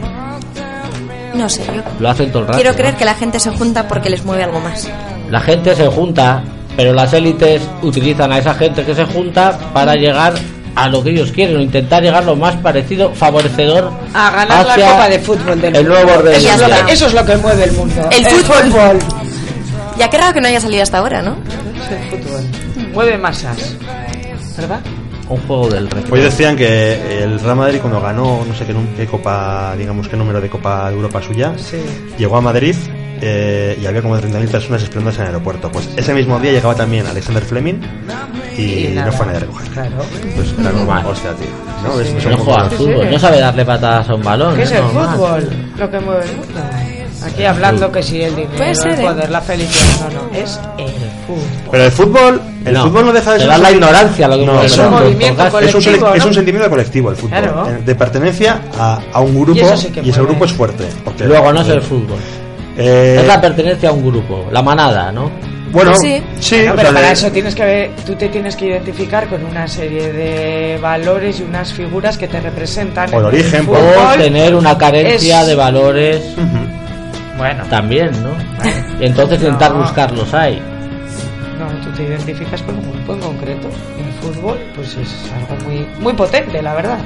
Speaker 4: No sé, yo
Speaker 3: Lo hacen todo el rato.
Speaker 4: quiero
Speaker 3: ¿no?
Speaker 4: creer que la gente se junta porque les mueve algo más.
Speaker 3: La gente se junta, pero las élites utilizan a esa gente que se junta para llegar a lo que ellos quieren, o intentar llegar lo más parecido, favorecedor
Speaker 2: A ganar la
Speaker 3: hacia
Speaker 2: copa de fútbol del
Speaker 3: el
Speaker 2: mundo.
Speaker 3: nuevo orden
Speaker 2: Eso es, lo
Speaker 3: mundial.
Speaker 2: que, eso es lo que mueve el mundo.
Speaker 4: El fútbol. Ya qué raro que no haya salido hasta ahora, ¿no?
Speaker 2: Es el fútbol. Mueve masas. ¿Verdad?
Speaker 3: un juego del rey.
Speaker 5: Hoy decían que el Real Madrid cuando ganó, no sé qué, num- qué copa, digamos qué número de copa de Europa suya,
Speaker 2: Sí.
Speaker 5: llegó a Madrid eh, y había como 30.000 personas esperando en el aeropuerto. Pues ese mismo día llegaba también Alexander Fleming y,
Speaker 2: Y nada.
Speaker 5: no fue nadie a recoger.
Speaker 2: Claro.
Speaker 5: Pues era como,
Speaker 3: Normal.
Speaker 5: hostia, tío. ¿no? Es- son
Speaker 3: No
Speaker 5: como-
Speaker 3: juega al fútbol, no sabe darle patadas a un balón.
Speaker 2: ¿Qué es
Speaker 3: ¿eh?
Speaker 2: el
Speaker 3: Normal.
Speaker 2: fútbol? Lo que mueve el mundo. Aquí hablando que sí el dinero,
Speaker 4: Puede ser,
Speaker 2: el
Speaker 4: ¿eh?
Speaker 2: poder, la felicidad. No, no, es el fútbol.
Speaker 5: Pero el fútbol, el
Speaker 3: No.
Speaker 5: fútbol no deja de
Speaker 3: Te
Speaker 5: ser
Speaker 3: da
Speaker 5: un
Speaker 3: la
Speaker 5: sentimiento-
Speaker 3: ignorancia lo que
Speaker 5: No,
Speaker 3: mueve
Speaker 5: es
Speaker 3: el
Speaker 5: un
Speaker 3: mundo.
Speaker 2: movimiento
Speaker 3: Por
Speaker 5: Es un,
Speaker 2: colectivo.
Speaker 5: sen- es
Speaker 2: ¿no?
Speaker 5: un sentimiento colectivo el fútbol,
Speaker 2: Claro.
Speaker 5: eh, de pertenencia a, a un grupo
Speaker 2: Y eso sí que
Speaker 5: y ese
Speaker 2: mueve.
Speaker 5: grupo es fuerte. porque-
Speaker 3: Luego no es el fútbol.
Speaker 5: Eh,
Speaker 3: Es la pertenencia a un grupo, la manada, ¿no?
Speaker 5: Bueno,
Speaker 4: Pues
Speaker 5: sí,
Speaker 4: sí.
Speaker 2: No,
Speaker 5: o
Speaker 2: pero
Speaker 5: sea,
Speaker 2: para
Speaker 5: de-
Speaker 2: eso tienes que ver- tú te tienes que identificar con una serie de valores y unas figuras que te representan.
Speaker 5: Por
Speaker 2: en el
Speaker 5: origen,
Speaker 3: O
Speaker 5: por-
Speaker 2: fútbol.
Speaker 3: tener una carencia
Speaker 2: Pues, es-
Speaker 3: de valores
Speaker 5: Ujú.
Speaker 2: Bueno,
Speaker 3: también, ¿no? Y entonces
Speaker 2: No.
Speaker 3: intentar buscarlos ahí.
Speaker 2: no, tú te identificas con un grupo en concreto. Y el fútbol, pues es algo muy, muy potente, la verdad.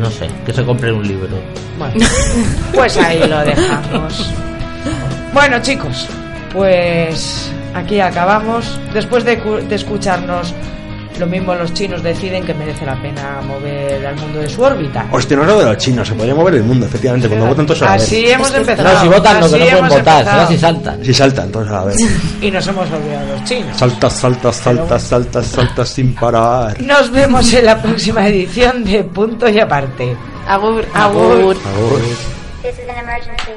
Speaker 3: No sé, que se compre un libro.
Speaker 2: Bueno, pues ahí lo dejamos. Bueno, chicos, pues aquí acabamos. Después de, cu- de escucharnos, lo mismo los chinos deciden que merece la pena mover al mundo de su órbita.
Speaker 5: Hostia, no es lo de los chinos, se podría mover el mundo, efectivamente, cuando votan todos a la vez.
Speaker 2: Así hemos
Speaker 3: No,
Speaker 2: empezado.
Speaker 3: si votan, no,
Speaker 2: así
Speaker 3: que no pueden
Speaker 2: hemos
Speaker 3: votar,
Speaker 2: empezado.
Speaker 3: será si saltan.
Speaker 5: Si saltan todos a la vez.
Speaker 2: Y nos hemos olvidado de los chinos.
Speaker 5: Saltas, saltas, saltas, saltas, saltas sin parar.
Speaker 2: Nos vemos en la próxima edición de Punto y Aparte.
Speaker 4: Agur,
Speaker 2: Agur.
Speaker 5: Agur.
Speaker 9: This is an emergency.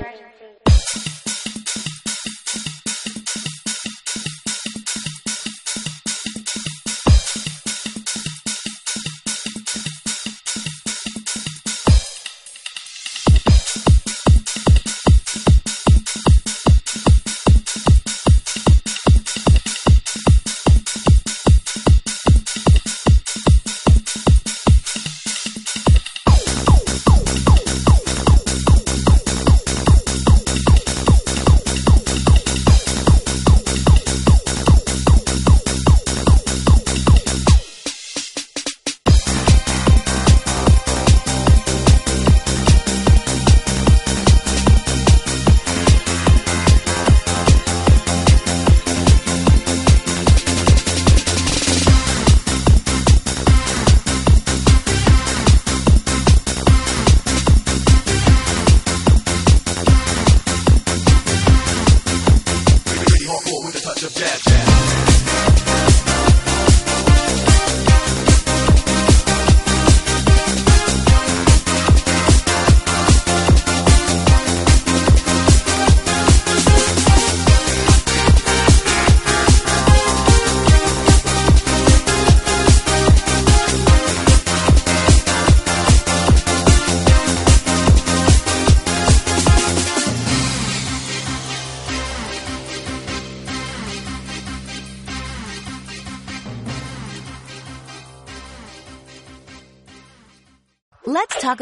Speaker 10: Let's talk